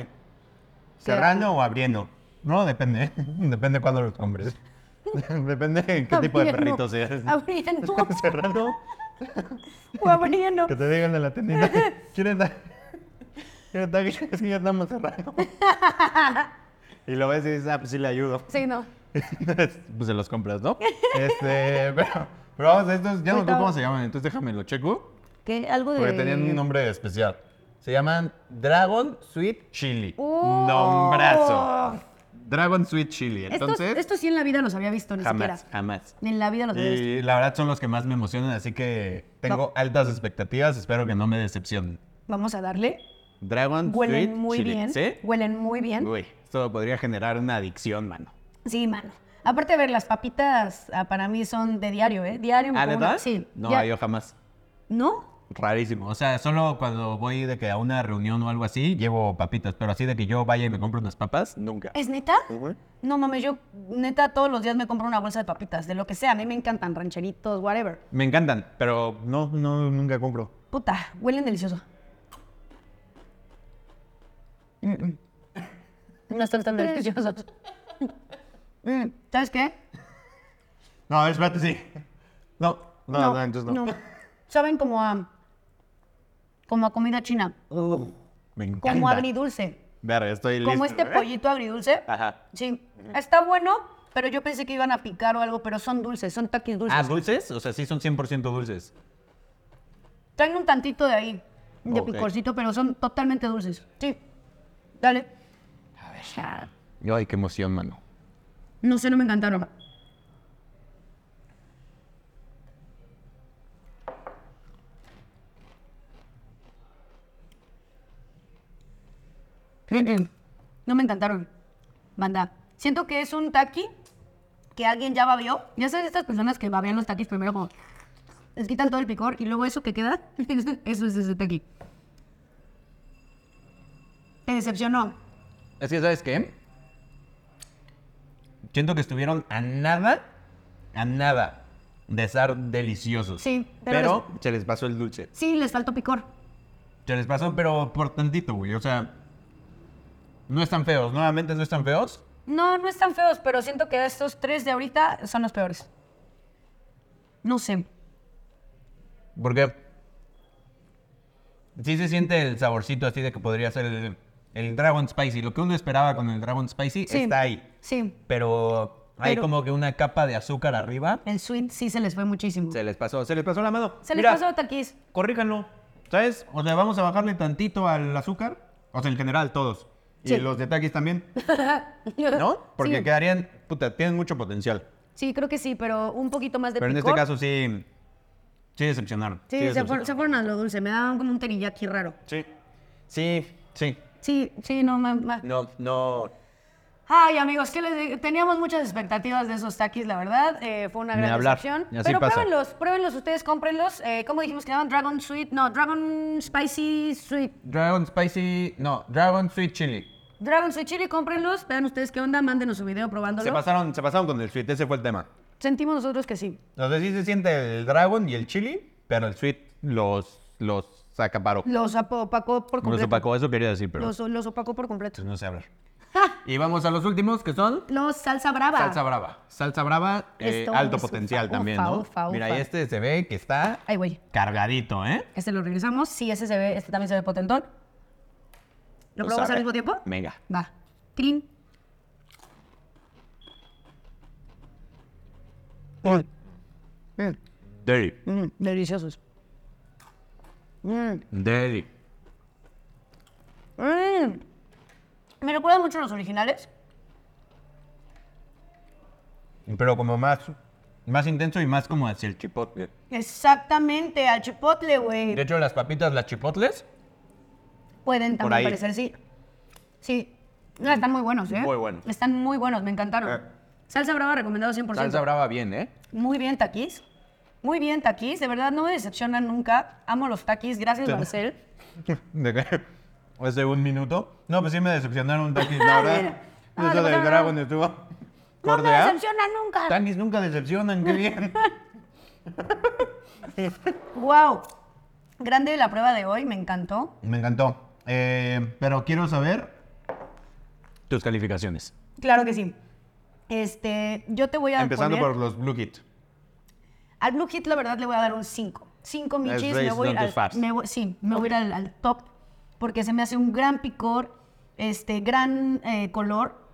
Speaker 1: ¿Serrano o abriendo? No, depende. ¿eh? Depende cuándo los hombres. depende de qué tipo de
Speaker 2: Abriendo,
Speaker 1: perrito seas.
Speaker 2: Abriendo.
Speaker 1: Serrano,
Speaker 2: o abriendo.
Speaker 1: que te digan en la tiendita. ¿Quieren dar? ¿Quieren dar? Es que ya estamos serrano. y lo ves y dices, ah, pues sí le ayudo.
Speaker 2: Sí, no.
Speaker 1: pues se los compras, ¿no? Este, pero, pero vamos a estos, ya no sé
Speaker 2: Ahorita-
Speaker 1: cómo se llaman, entonces déjame lo checo.
Speaker 2: Que algo de...
Speaker 1: Porque tenían un nombre especial. Se llaman Dragon Sweet Chili.
Speaker 2: ¡Oh!
Speaker 1: Nombrazo. Dragon Sweet Chili.
Speaker 2: Estos,
Speaker 1: Entonces,
Speaker 2: estos sí en la vida los había visto, ni
Speaker 1: jamás,
Speaker 2: siquiera.
Speaker 1: jamás.
Speaker 2: En la vida los había visto.
Speaker 1: Y la verdad son los que más me emocionan, así que tengo altas expectativas. Espero que no me decepcionen.
Speaker 2: Vamos a darle.
Speaker 1: Dragon
Speaker 2: Huelen
Speaker 1: Sweet
Speaker 2: muy
Speaker 1: Chili.
Speaker 2: bien.
Speaker 1: ¿Sí?
Speaker 2: Huelen muy bien.
Speaker 1: Uy, esto podría generar una adicción, mano.
Speaker 2: Sí, mano. Aparte, a ver, las papitas ah, para mí son de diario, ¿eh? Diario me
Speaker 1: ¿Ah,
Speaker 2: como
Speaker 1: neta?
Speaker 2: una- Sí.
Speaker 1: No,
Speaker 2: dia-
Speaker 1: yo jamás.
Speaker 2: ¿No?
Speaker 1: Rarísimo. O sea, solo cuando voy de que a una reunión o algo así, llevo papitas. Pero así de que yo vaya y me compro unas papas, nunca.
Speaker 2: ¿Es neta? No mames, yo neta todos los días me compro una bolsa de papitas, de lo que sea. A mí me encantan rancheritos, whatever.
Speaker 1: Me encantan, pero no, no, nunca compro.
Speaker 2: Puta, huelen delicioso. Mm-mm. No están tan deliciosos. Mm, ¿Sabes qué?
Speaker 1: No, espérate, sí. No, no, no, entonces no.
Speaker 2: Saben como a, como a comida china,
Speaker 1: Me encanta.
Speaker 2: como agridulce,
Speaker 1: Ver, estoy listo.
Speaker 2: como este pollito agridulce.
Speaker 1: Ajá.
Speaker 2: Sí, está bueno, pero yo pensé que iban a picar o algo, pero son dulces, son taquis dulces.
Speaker 1: Ah, ¿dulces? O sea, sí son 100% dulces.
Speaker 2: Traen un tantito de ahí, de
Speaker 1: Ok.
Speaker 2: picorcito, pero son totalmente dulces. Sí, dale. A ver.
Speaker 1: Ay, qué emoción, mano.
Speaker 2: No sé, no me encantaron. No me encantaron. Banda. Siento que es un taqui que alguien ya babió. Ya sabes, estas personas que babean los taquis primero como... Les quitan todo el picor y luego eso que queda, eso es ese taqui. Te decepcionó.
Speaker 1: Es que, ¿sabes qué? Siento que estuvieron a nada, a nada de ser deliciosos.
Speaker 2: Sí,
Speaker 1: pero,
Speaker 2: pero-
Speaker 1: se les pasó el dulce.
Speaker 2: Sí, les faltó picor.
Speaker 1: Se les pasó, pero por tantito, güey. O sea, no están feos. Nuevamente no están feos.
Speaker 2: No, no están feos, pero siento que estos tres de ahorita son los peores. No sé.
Speaker 1: Porque sí se siente el saborcito así de que podría ser el, el Dragon Spicy. Lo que uno esperaba con el Dragon Spicy
Speaker 2: Sí.
Speaker 1: está ahí.
Speaker 2: Sí,
Speaker 1: Pero hay
Speaker 2: Pero-
Speaker 1: como que una capa de azúcar arriba.
Speaker 2: el sweet sí se les fue muchísimo.
Speaker 1: Se les pasó, se les pasó la mano.
Speaker 2: Se les
Speaker 1: Mira,
Speaker 2: pasó taquis.
Speaker 1: Corríjanlo. ¿Sabes? O sea, vamos a bajarle tantito al azúcar. O sea, en general, todos.
Speaker 2: Sí.
Speaker 1: Y los de Takis también. ¿No? Porque
Speaker 2: Sí.
Speaker 1: quedarían. Puta, tienen mucho potencial.
Speaker 2: Sí, creo que sí, pero un poquito más de
Speaker 1: Pero en
Speaker 2: picor.
Speaker 1: este caso sí. Sí, decepcionaron.
Speaker 2: Sí, se, fueron- se fueron a lo dulce. Me daban como un teriyaki raro.
Speaker 1: Sí. Sí, sí.
Speaker 2: Sí, sí, no, ma- ma-
Speaker 1: No, no.
Speaker 2: Ay, amigos, ¿qué les digo? teníamos muchas expectativas de esos taquis, la verdad. eh, fue una
Speaker 1: Ni
Speaker 2: gran
Speaker 1: hablar,
Speaker 2: decepción.
Speaker 1: y así
Speaker 2: Pero
Speaker 1: pasa.
Speaker 2: pruébenlos, pruébenlos ustedes, cómprenlos. Eh, ¿Cómo dijimos que llamaban? Dragon Sweet. No, Dragon Spicy Sweet.
Speaker 1: Dragon Spicy. No, Dragon Sweet Chili.
Speaker 2: Dragon Sweet Chili, cómprenlos. Vean ustedes qué onda, mándenos su video probándolo.
Speaker 1: Se pasaron, se pasaron con el sweet, ese fue el tema.
Speaker 2: Sentimos nosotros que sí.
Speaker 1: Entonces sí se siente el Dragon y el Chili, pero el sweet los, los acaparó.
Speaker 2: Los apo- opacó por
Speaker 1: Los
Speaker 2: completo.
Speaker 1: opacó, eso quería decir, pero
Speaker 2: Los, los opacó por completo.
Speaker 1: pues, no sé hablar.
Speaker 2: ¡Ja!
Speaker 1: Y vamos a los últimos, que son
Speaker 2: Los salsa brava.
Speaker 1: salsa brava. Salsa brava, eh,
Speaker 2: Esto
Speaker 1: alto
Speaker 2: es
Speaker 1: potencial
Speaker 2: ufa,
Speaker 1: también,
Speaker 2: ufa,
Speaker 1: ¿no?
Speaker 2: ufa,
Speaker 1: Mira,
Speaker 2: ufa.
Speaker 1: y este se ve que está
Speaker 2: Ay, güey.
Speaker 1: cargadito, ¿eh?
Speaker 2: Este lo regresamos. Sí, ese se ve, este también se ve potentón. ¿Lo probamos al
Speaker 1: sabe.
Speaker 2: mismo tiempo?
Speaker 1: Venga.
Speaker 2: Va. Trin.
Speaker 1: Deli.
Speaker 2: Mm, deliciosos. Mm,
Speaker 1: Deli.
Speaker 2: mm. Me recuerdan mucho a los originales.
Speaker 1: Pero como más Más intenso y más como hacia el chipotle.
Speaker 2: Exactamente, al chipotle, güey.
Speaker 1: De hecho, las papitas, las chipotles,
Speaker 2: Pueden
Speaker 1: Por
Speaker 2: también
Speaker 1: ahí.
Speaker 2: parecer, sí. Sí. No, están muy buenos, ¿eh?
Speaker 1: Muy buenos.
Speaker 2: Están muy buenos, me encantaron.
Speaker 1: Eh.
Speaker 2: Salsa brava recomendado 100%.
Speaker 1: salsa brava bien, ¿eh?
Speaker 2: Muy bien, taquis. Muy bien, taquis. De verdad, no me decepcionan nunca. Amo los taquis. Gracias,
Speaker 1: Sí.
Speaker 2: Marcel.
Speaker 1: ¿De qué? ¿Hace un minuto? No, pues sí me decepcionaron taquis, la verdad.
Speaker 2: Mira. Ah,
Speaker 1: Eso
Speaker 2: le
Speaker 1: del
Speaker 2: pasaron-
Speaker 1: Dragon estuvo
Speaker 2: No me
Speaker 1: cordial.
Speaker 2: decepcionan nunca.
Speaker 1: Tanis nunca decepcionan, qué bien.
Speaker 2: Wow. Grande la prueba de hoy, me encantó.
Speaker 1: Me encantó. Eh, pero quiero saber tus calificaciones.
Speaker 2: Claro que sí. Este, yo te voy a
Speaker 1: Empezando
Speaker 2: poner-
Speaker 1: por los Blue Kit.
Speaker 2: Al Blue Hit, la verdad, le voy a dar un 5. 5
Speaker 1: Es
Speaker 2: michis,
Speaker 1: race,
Speaker 2: me voy a ir
Speaker 1: not
Speaker 2: al,
Speaker 1: the fast.
Speaker 2: me voy- sí, me voy a ir al, al top porque se me hace un gran picor, este, gran eh, color,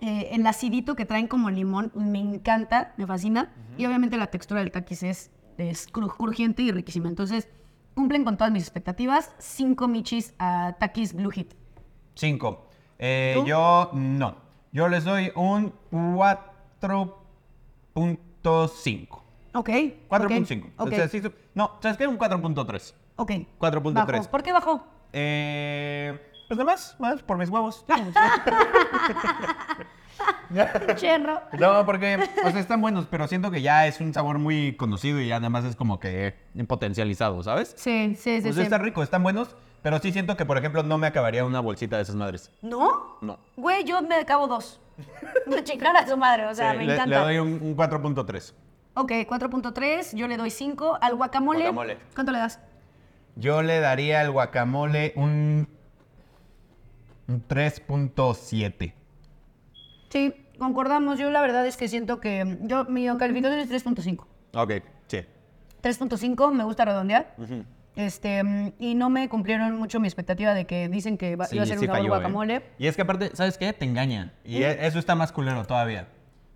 Speaker 2: eh, el acidito que traen como limón, me encanta, me fascina. Y obviamente la textura del taquis es, es cru- crujiente y riquísima. Entonces, cumplen con todas mis expectativas. 5 michis a taquis Blue Hit.
Speaker 1: Cinco. Eh,
Speaker 2: ¿Tú?
Speaker 1: yo no. Yo les doy un 4.5.
Speaker 2: Ok.
Speaker 1: 4.5.
Speaker 2: Ok.
Speaker 1: O sea, sí su- no, ¿sabes qué? Un 4.3.
Speaker 2: ok. Bajó.
Speaker 1: 4.3.
Speaker 2: ¿Por qué bajó?
Speaker 1: Eh, pues nada más, más por mis huevos.
Speaker 2: Cherro.
Speaker 1: No, porque o sea, están buenos, pero siento que ya es un sabor muy conocido y ya nada más es como que potencializado, ¿sabes?
Speaker 2: Sí, sí, sí.
Speaker 1: Pues
Speaker 2: sí.
Speaker 1: está rico, están buenos, pero sí siento que, por ejemplo, no me acabaría una bolsita de esas madres.
Speaker 2: ¿No?
Speaker 1: No.
Speaker 2: Güey, yo me acabo dos. Me chingar a su madre, o sea,
Speaker 1: Sí,
Speaker 2: me
Speaker 1: le,
Speaker 2: encanta.
Speaker 1: le doy un, un 4.3.
Speaker 2: Ok, 4.3, yo le doy 5. Al guacamole,
Speaker 1: Guacamole.
Speaker 2: ¿Cuánto le das?
Speaker 1: Yo le daría al guacamole un, un 3.7.
Speaker 2: Sí, concordamos. Yo la verdad es que siento que mm, yo mi calificación es 3.5.
Speaker 1: Ok, sí.
Speaker 2: 3.5 me gusta redondear. Este, mm, y no me cumplieron mucho mi expectativa de que dicen que va- iba a ser un
Speaker 1: ¿eh?
Speaker 2: sabor guacamole. ¿Eh?
Speaker 1: Y es que aparte, ¿sabes qué? Te engañan. Y e- eso está más culero todavía.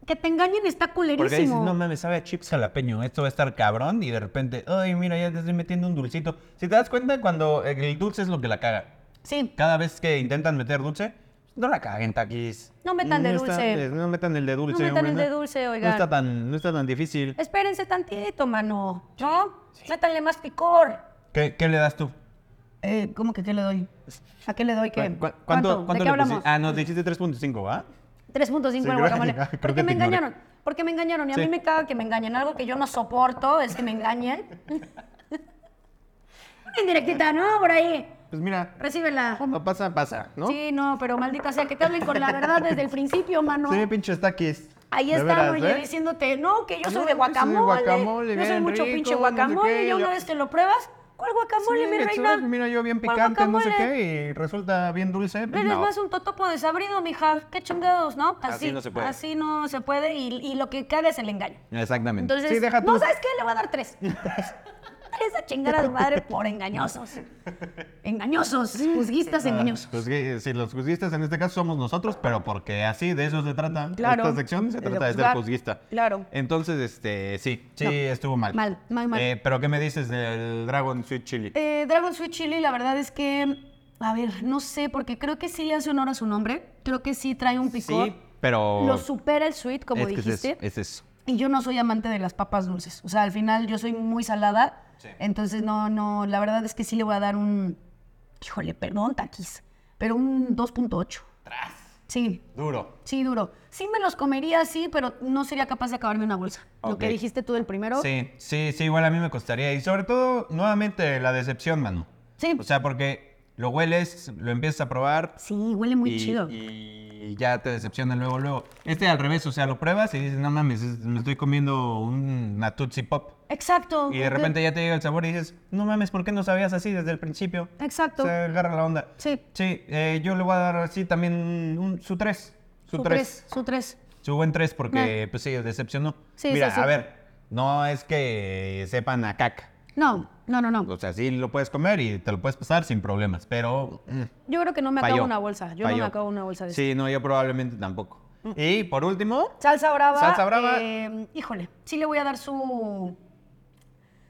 Speaker 2: Que te engañen está
Speaker 1: Porque dices,
Speaker 2: culerísimo.
Speaker 1: no mames, sabe a chips jalapeño, esto va a estar cabrón. Y de repente, ay, mira, ya te estoy metiendo un dulcito. Si te das cuenta, cuando el dulce es lo que la caga.
Speaker 2: Sí,
Speaker 1: Cada vez que intentan meter dulce, pues, no la caguen, taquis.
Speaker 2: No metan de
Speaker 1: está-
Speaker 2: dulce.
Speaker 1: no metan el de dulce.
Speaker 2: metan
Speaker 1: hombre,
Speaker 2: el de dulce,
Speaker 1: No
Speaker 2: oigan.
Speaker 1: está tan, no está tan difícil.
Speaker 2: espérense tantito, mano. ¿No? Métanle más picor.
Speaker 1: ¿Qué, qué le das tú?
Speaker 2: Eh, ¿Cómo que qué le doy? ¿A qué le doy? ¿Qué?
Speaker 1: ¿Cu- cu- cuánto-
Speaker 2: ¿Cuánto?
Speaker 1: cuánto
Speaker 2: ¿De
Speaker 1: le
Speaker 2: qué hablamos?
Speaker 1: pusiste? Ah, nos dijiste 3.5, ¿va?
Speaker 2: 3.5
Speaker 1: Sí,
Speaker 2: el
Speaker 1: creo-
Speaker 2: guacamole.
Speaker 1: creo que
Speaker 2: ¿Por qué me
Speaker 1: te ignoré.
Speaker 2: engañaron? Porque me engañaron y a
Speaker 1: Sí.
Speaker 2: mí me caga que me engañen. Algo que yo no soporto es que me engañen. Una indirectita, ¿no? Por ahí.
Speaker 1: Pues mira,
Speaker 2: Recíbela.
Speaker 1: cuando pasa, pasa, ¿no?
Speaker 2: Sí, no, pero maldita sea, que te hablen con la verdad desde el principio, mano.
Speaker 1: Sí, pinches taquis.
Speaker 2: Ahí
Speaker 1: De
Speaker 2: está,
Speaker 1: veras,
Speaker 2: güey,
Speaker 1: ¿eh?
Speaker 2: diciéndote, no, que yo
Speaker 1: No,
Speaker 2: soy de
Speaker 1: yo soy de
Speaker 2: guacamole.
Speaker 1: guacamole,
Speaker 2: yo soy
Speaker 1: bien
Speaker 2: mucho
Speaker 1: rico,
Speaker 2: pinche
Speaker 1: no sé
Speaker 2: guacamole.
Speaker 1: qué,
Speaker 2: y una
Speaker 1: yo-
Speaker 2: vez que lo pruebas, ¿cuál guacamole,
Speaker 1: Sí,
Speaker 2: mi
Speaker 1: que
Speaker 2: reina?
Speaker 1: sabes, Mira, yo bien
Speaker 2: ¿Cuál
Speaker 1: picante, no sé
Speaker 2: guacamole?
Speaker 1: qué, y resulta bien dulce. pues
Speaker 2: Eres
Speaker 1: no.
Speaker 2: más un totopo desabrido, mija. Qué chingados, ¿no?
Speaker 1: Así no se puede.
Speaker 2: Así no se puede y, y lo que cae es el engaño.
Speaker 1: Exactamente.
Speaker 2: Entonces,
Speaker 1: sí, deja
Speaker 2: no,
Speaker 1: tú.
Speaker 2: ¿sabes qué? Le voy a dar tres. tres a chingar a tu madre por engañosos. Engañosos, juzguistas engañosos.
Speaker 1: Pues que, si los juzguistas en este caso somos nosotros, pero porque así de eso se trata.
Speaker 2: Claro.
Speaker 1: Esta sección se
Speaker 2: De
Speaker 1: trata de, ser
Speaker 2: juzgar.
Speaker 1: juzguista.
Speaker 2: Claro.
Speaker 1: Entonces, este, sí, sí
Speaker 2: No.
Speaker 1: estuvo mal.
Speaker 2: Mal, mal, mal.
Speaker 1: Eh, pero ¿qué me dices del Dragon Sweet Chili?
Speaker 2: Eh, Dragon Sweet Chili, la verdad es que, a ver, no sé, porque creo que sí le hace honor a su nombre. Creo que sí trae un picor.
Speaker 1: sí, pero
Speaker 2: Lo supera el sweet, como
Speaker 1: es que es
Speaker 2: dijiste.
Speaker 1: eso, es eso.
Speaker 2: Y yo no soy amante de las papas dulces. O sea, al final yo soy muy salada.
Speaker 1: Sí.
Speaker 2: Entonces, no, no, la verdad es que sí le voy a dar un. Híjole, perdón, taquis. Pero un 2.8. Sí,
Speaker 1: Duro.
Speaker 2: sí, duro. Sí me los comería, sí, pero no sería capaz de acabarme una bolsa. Lo que
Speaker 1: Ok.
Speaker 2: dijiste tú del primero.
Speaker 1: Sí, sí, sí, igual a mí me costaría. Y sobre todo, nuevamente, la decepción, mano.
Speaker 2: Sí.
Speaker 1: O sea, porque lo hueles, lo empiezas a probar,
Speaker 2: Sí, huele muy
Speaker 1: y,
Speaker 2: chido.
Speaker 1: y ya te decepciona luego, luego. Este al revés, o sea, lo pruebas y dices, no mames, es- me estoy comiendo una Tootsie Pop.
Speaker 2: Exacto.
Speaker 1: Y de
Speaker 2: ok.
Speaker 1: repente ya te llega el sabor y dices, no mames, ¿por qué no sabías así desde el principio?
Speaker 2: Exacto.
Speaker 1: Se agarra la onda.
Speaker 2: Sí.
Speaker 1: Sí, eh, yo le voy a dar así también un- su 3. Su
Speaker 2: Su
Speaker 1: 3.
Speaker 2: 3. Su 3.
Speaker 1: Su buen 3 porque, pues sí, decepcionó.
Speaker 2: Sí,
Speaker 1: Mira,
Speaker 2: sí, sí.
Speaker 1: a ver, no es que sepan a caca.
Speaker 2: No, no, no, no.
Speaker 1: O sea, sí lo puedes comer y te lo puedes pasar sin problemas, pero... mm,
Speaker 2: Yo creo que no me
Speaker 1: Falló,
Speaker 2: acabo una bolsa. Yo no
Speaker 1: falló.
Speaker 2: me acabo una bolsa de Mm. eso.
Speaker 1: Sí, no, yo probablemente tampoco. Y por último,
Speaker 2: Salsa brava.
Speaker 1: Salsa brava.
Speaker 2: eh, híjole, sí le voy a dar su.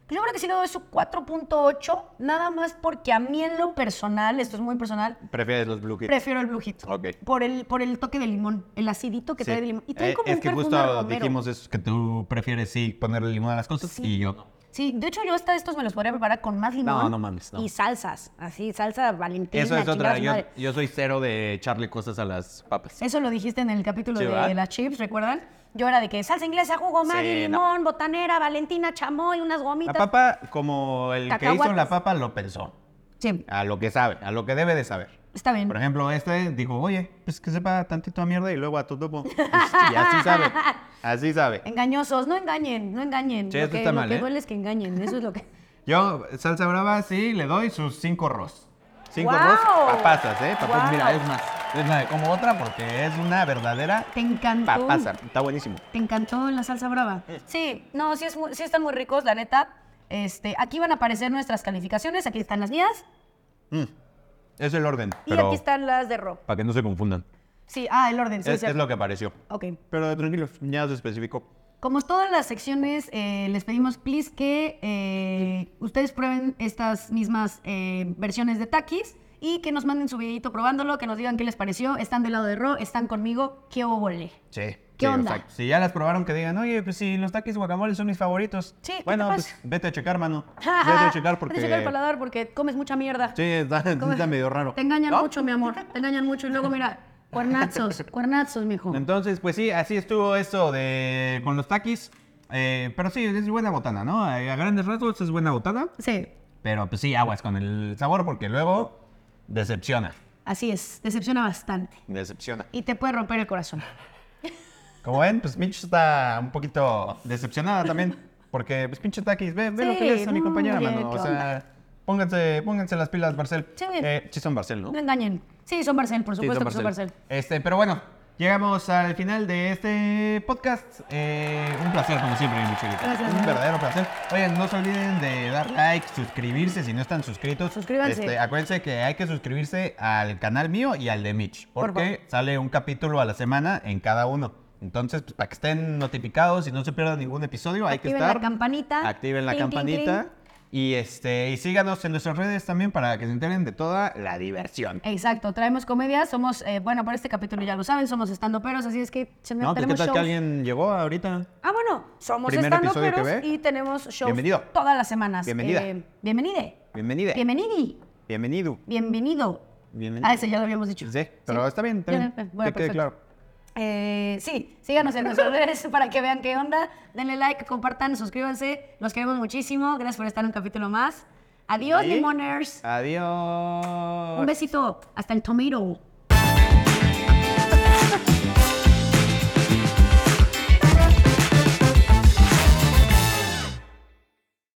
Speaker 2: Yo creo que sí le doy su 4.8, nada más porque a mí en lo personal, esto es muy personal,
Speaker 1: Prefieres los Blue Kids.
Speaker 2: prefiero el Blue Hit.
Speaker 1: Ok.
Speaker 2: Por el, por el toque de limón, el acidito que
Speaker 1: Sí.
Speaker 2: trae de limón. Y trae
Speaker 1: Eh,
Speaker 2: como
Speaker 1: es
Speaker 2: un
Speaker 1: que
Speaker 2: perfume
Speaker 1: justo
Speaker 2: a romero.
Speaker 1: dijimos eso, que tú prefieres sí ponerle limón a las cosas
Speaker 2: Sí.
Speaker 1: y yo no.
Speaker 2: Sí, de hecho yo hasta estos me los podría preparar con más limón.
Speaker 1: No, no mames, no.
Speaker 2: Y salsas, así, salsa valentina.
Speaker 1: Eso es
Speaker 2: chingada
Speaker 1: otra.
Speaker 2: su
Speaker 1: Yo,
Speaker 2: madre.
Speaker 1: yo soy cero de echarle cosas a las papas.
Speaker 2: Eso lo dijiste en el capítulo
Speaker 1: Sí,
Speaker 2: de
Speaker 1: ¿verdad?
Speaker 2: las chips, ¿recuerdan? Yo era de que salsa inglesa, jugo, Maggi,
Speaker 1: Sí, no.
Speaker 2: limón, botanera, valentina, chamoy, unas
Speaker 1: La
Speaker 2: gomitas.
Speaker 1: papa, como el que hizo
Speaker 2: Cacahuates.
Speaker 1: la papa, lo pensó.
Speaker 2: Sí,
Speaker 1: A lo que sabe, a lo que debe de saber.
Speaker 2: está bien.
Speaker 1: Por ejemplo, este dijo, oye, pues que sepa tantito a mierda y luego a tu topo. Este, y así sabe, así sabe.
Speaker 2: Engañosos, no engañen, no engañen.
Speaker 1: Sí,
Speaker 2: lo
Speaker 1: eso
Speaker 2: que,
Speaker 1: está
Speaker 2: lo
Speaker 1: mal,
Speaker 2: que
Speaker 1: ¿eh?
Speaker 2: duele es que engañen, eso es lo que...
Speaker 1: Yo, salsa brava, sí, le doy sus cinco ros. Cinco
Speaker 2: ¡Guau!
Speaker 1: ros, papasas, ¿eh? Papas,
Speaker 2: ¡Guau!
Speaker 1: mira, es más. Es la de como otra porque es una verdadera
Speaker 2: Te encantó.
Speaker 1: papasa. Está buenísimo.
Speaker 2: ¿Te encantó la salsa brava?
Speaker 1: Eh.
Speaker 2: Sí, no, sí, es muy- sí están muy ricos, la neta. Este, aquí van a aparecer nuestras calificaciones, aquí están las mías
Speaker 1: Mm, Es el orden,
Speaker 2: y
Speaker 1: pero
Speaker 2: aquí están las de Rob.
Speaker 1: para que no se confundan.
Speaker 2: Sí, ah, el orden, sí,
Speaker 1: Es, es
Speaker 2: cierto.
Speaker 1: lo que apareció.
Speaker 2: Ok.
Speaker 1: Pero tranquilos, ya se especificó.
Speaker 2: Como todas las secciones, eh, les pedimos, please, que eh, ustedes prueben estas mismas eh, versiones de Takis y que nos manden su videito probándolo, que nos digan qué les pareció. Están del lado de Ro, están conmigo, qué obole.
Speaker 1: Sí. sí,
Speaker 2: ¿Qué onda?
Speaker 1: exacto. si ya las probaron, que digan, oye, pues si los taquis guacamoles son mis favoritos.
Speaker 2: Sí, ¿qué te
Speaker 1: Bueno,
Speaker 2: pasa?
Speaker 1: pues vete a checar, mano. Vete a checar porque.
Speaker 2: Vete a checar el paladar porque comes mucha mierda.
Speaker 1: Sí, está,
Speaker 2: Come-
Speaker 1: está medio raro.
Speaker 2: Te engañan
Speaker 1: ¿No?
Speaker 2: mucho, mi amor. Te engañan mucho. Y luego, mira, cuernazos, cuernazos, mijo.
Speaker 1: Entonces, pues sí, así estuvo eso de con los taquis. Eh, pero sí, es buena botana, ¿no? Eh, A grandes rasgos es buena botana.
Speaker 2: Sí,
Speaker 1: Pero pues sí, aguas con el sabor porque luego decepciona.
Speaker 2: así es. Decepciona bastante.
Speaker 1: Decepciona.
Speaker 2: Y te puede romper el corazón.
Speaker 1: Como ven, pues Mitch está un poquito decepcionada también. Porque, pues, pinche taquis, ve, ve lo que
Speaker 2: Sí,
Speaker 1: le haces a mi
Speaker 2: no,
Speaker 1: compañera,
Speaker 2: hombre,
Speaker 1: mano. O
Speaker 2: ¿qué
Speaker 1: sea, pónganse, pónganse las pilas, Barcel.
Speaker 2: Sí.
Speaker 1: Eh, sí son Barcel, ¿no?
Speaker 2: No engañen. Sí, son Barcel, por
Speaker 1: Sí,
Speaker 2: supuesto que son Barcel.
Speaker 1: Este, pero bueno, llegamos al final de este podcast. Eh, un placer, como siempre, Michelita.
Speaker 2: Gracias,
Speaker 1: Un
Speaker 2: Manuel.
Speaker 1: verdadero placer. Oigan, no se olviden de dar like, suscribirse si no están suscritos.
Speaker 2: Suscríbanse.
Speaker 1: Este, acuérdense que hay que suscribirse al canal mío y al de Mitch,
Speaker 2: Por
Speaker 1: porque sale un capítulo a la semana en cada uno. Entonces, pues, para que estén notificados y no se pierdan ningún episodio, hay que
Speaker 2: Activen
Speaker 1: estar.
Speaker 2: la campanita.
Speaker 1: Activen la
Speaker 2: Cling, cling,
Speaker 1: campanita. Y este, y síganos en nuestras redes también para que se enteren de toda la diversión.
Speaker 2: Exacto, traemos comedias, somos, eh, bueno, por este capítulo ya lo saben, somos estando peros, así es que se-
Speaker 1: No, pues qué
Speaker 2: tenemos
Speaker 1: tal
Speaker 2: shows.
Speaker 1: que alguien llegó ahorita.
Speaker 2: Ah, bueno, somos
Speaker 1: Primer
Speaker 2: estando
Speaker 1: episodio que
Speaker 2: peros
Speaker 1: ve.
Speaker 2: y tenemos shows
Speaker 1: Bienvenido.
Speaker 2: todas las semanas. Eh,
Speaker 1: Bienvenida.
Speaker 2: bienvenide.
Speaker 1: Bienvenida.
Speaker 2: Bienvenidi.
Speaker 1: Bienvenido.
Speaker 2: Bienvenido.
Speaker 1: Bienvenido.
Speaker 2: Ah, ese ya lo habíamos dicho.
Speaker 1: Sí, pero está bien, está
Speaker 2: Ya,
Speaker 1: bien.
Speaker 2: ya, ya. Bueno,
Speaker 1: que quede
Speaker 2: perfecto.
Speaker 1: claro.
Speaker 2: Eh, sí, síganos en nuestras redes para que vean qué onda. Denle like, compartan, suscríbanse. Los queremos muchísimo. Gracias por estar en un capítulo más. Adiós,
Speaker 1: Y-
Speaker 2: limoners.
Speaker 1: Adiós.
Speaker 2: Un besito. Hasta el tomato.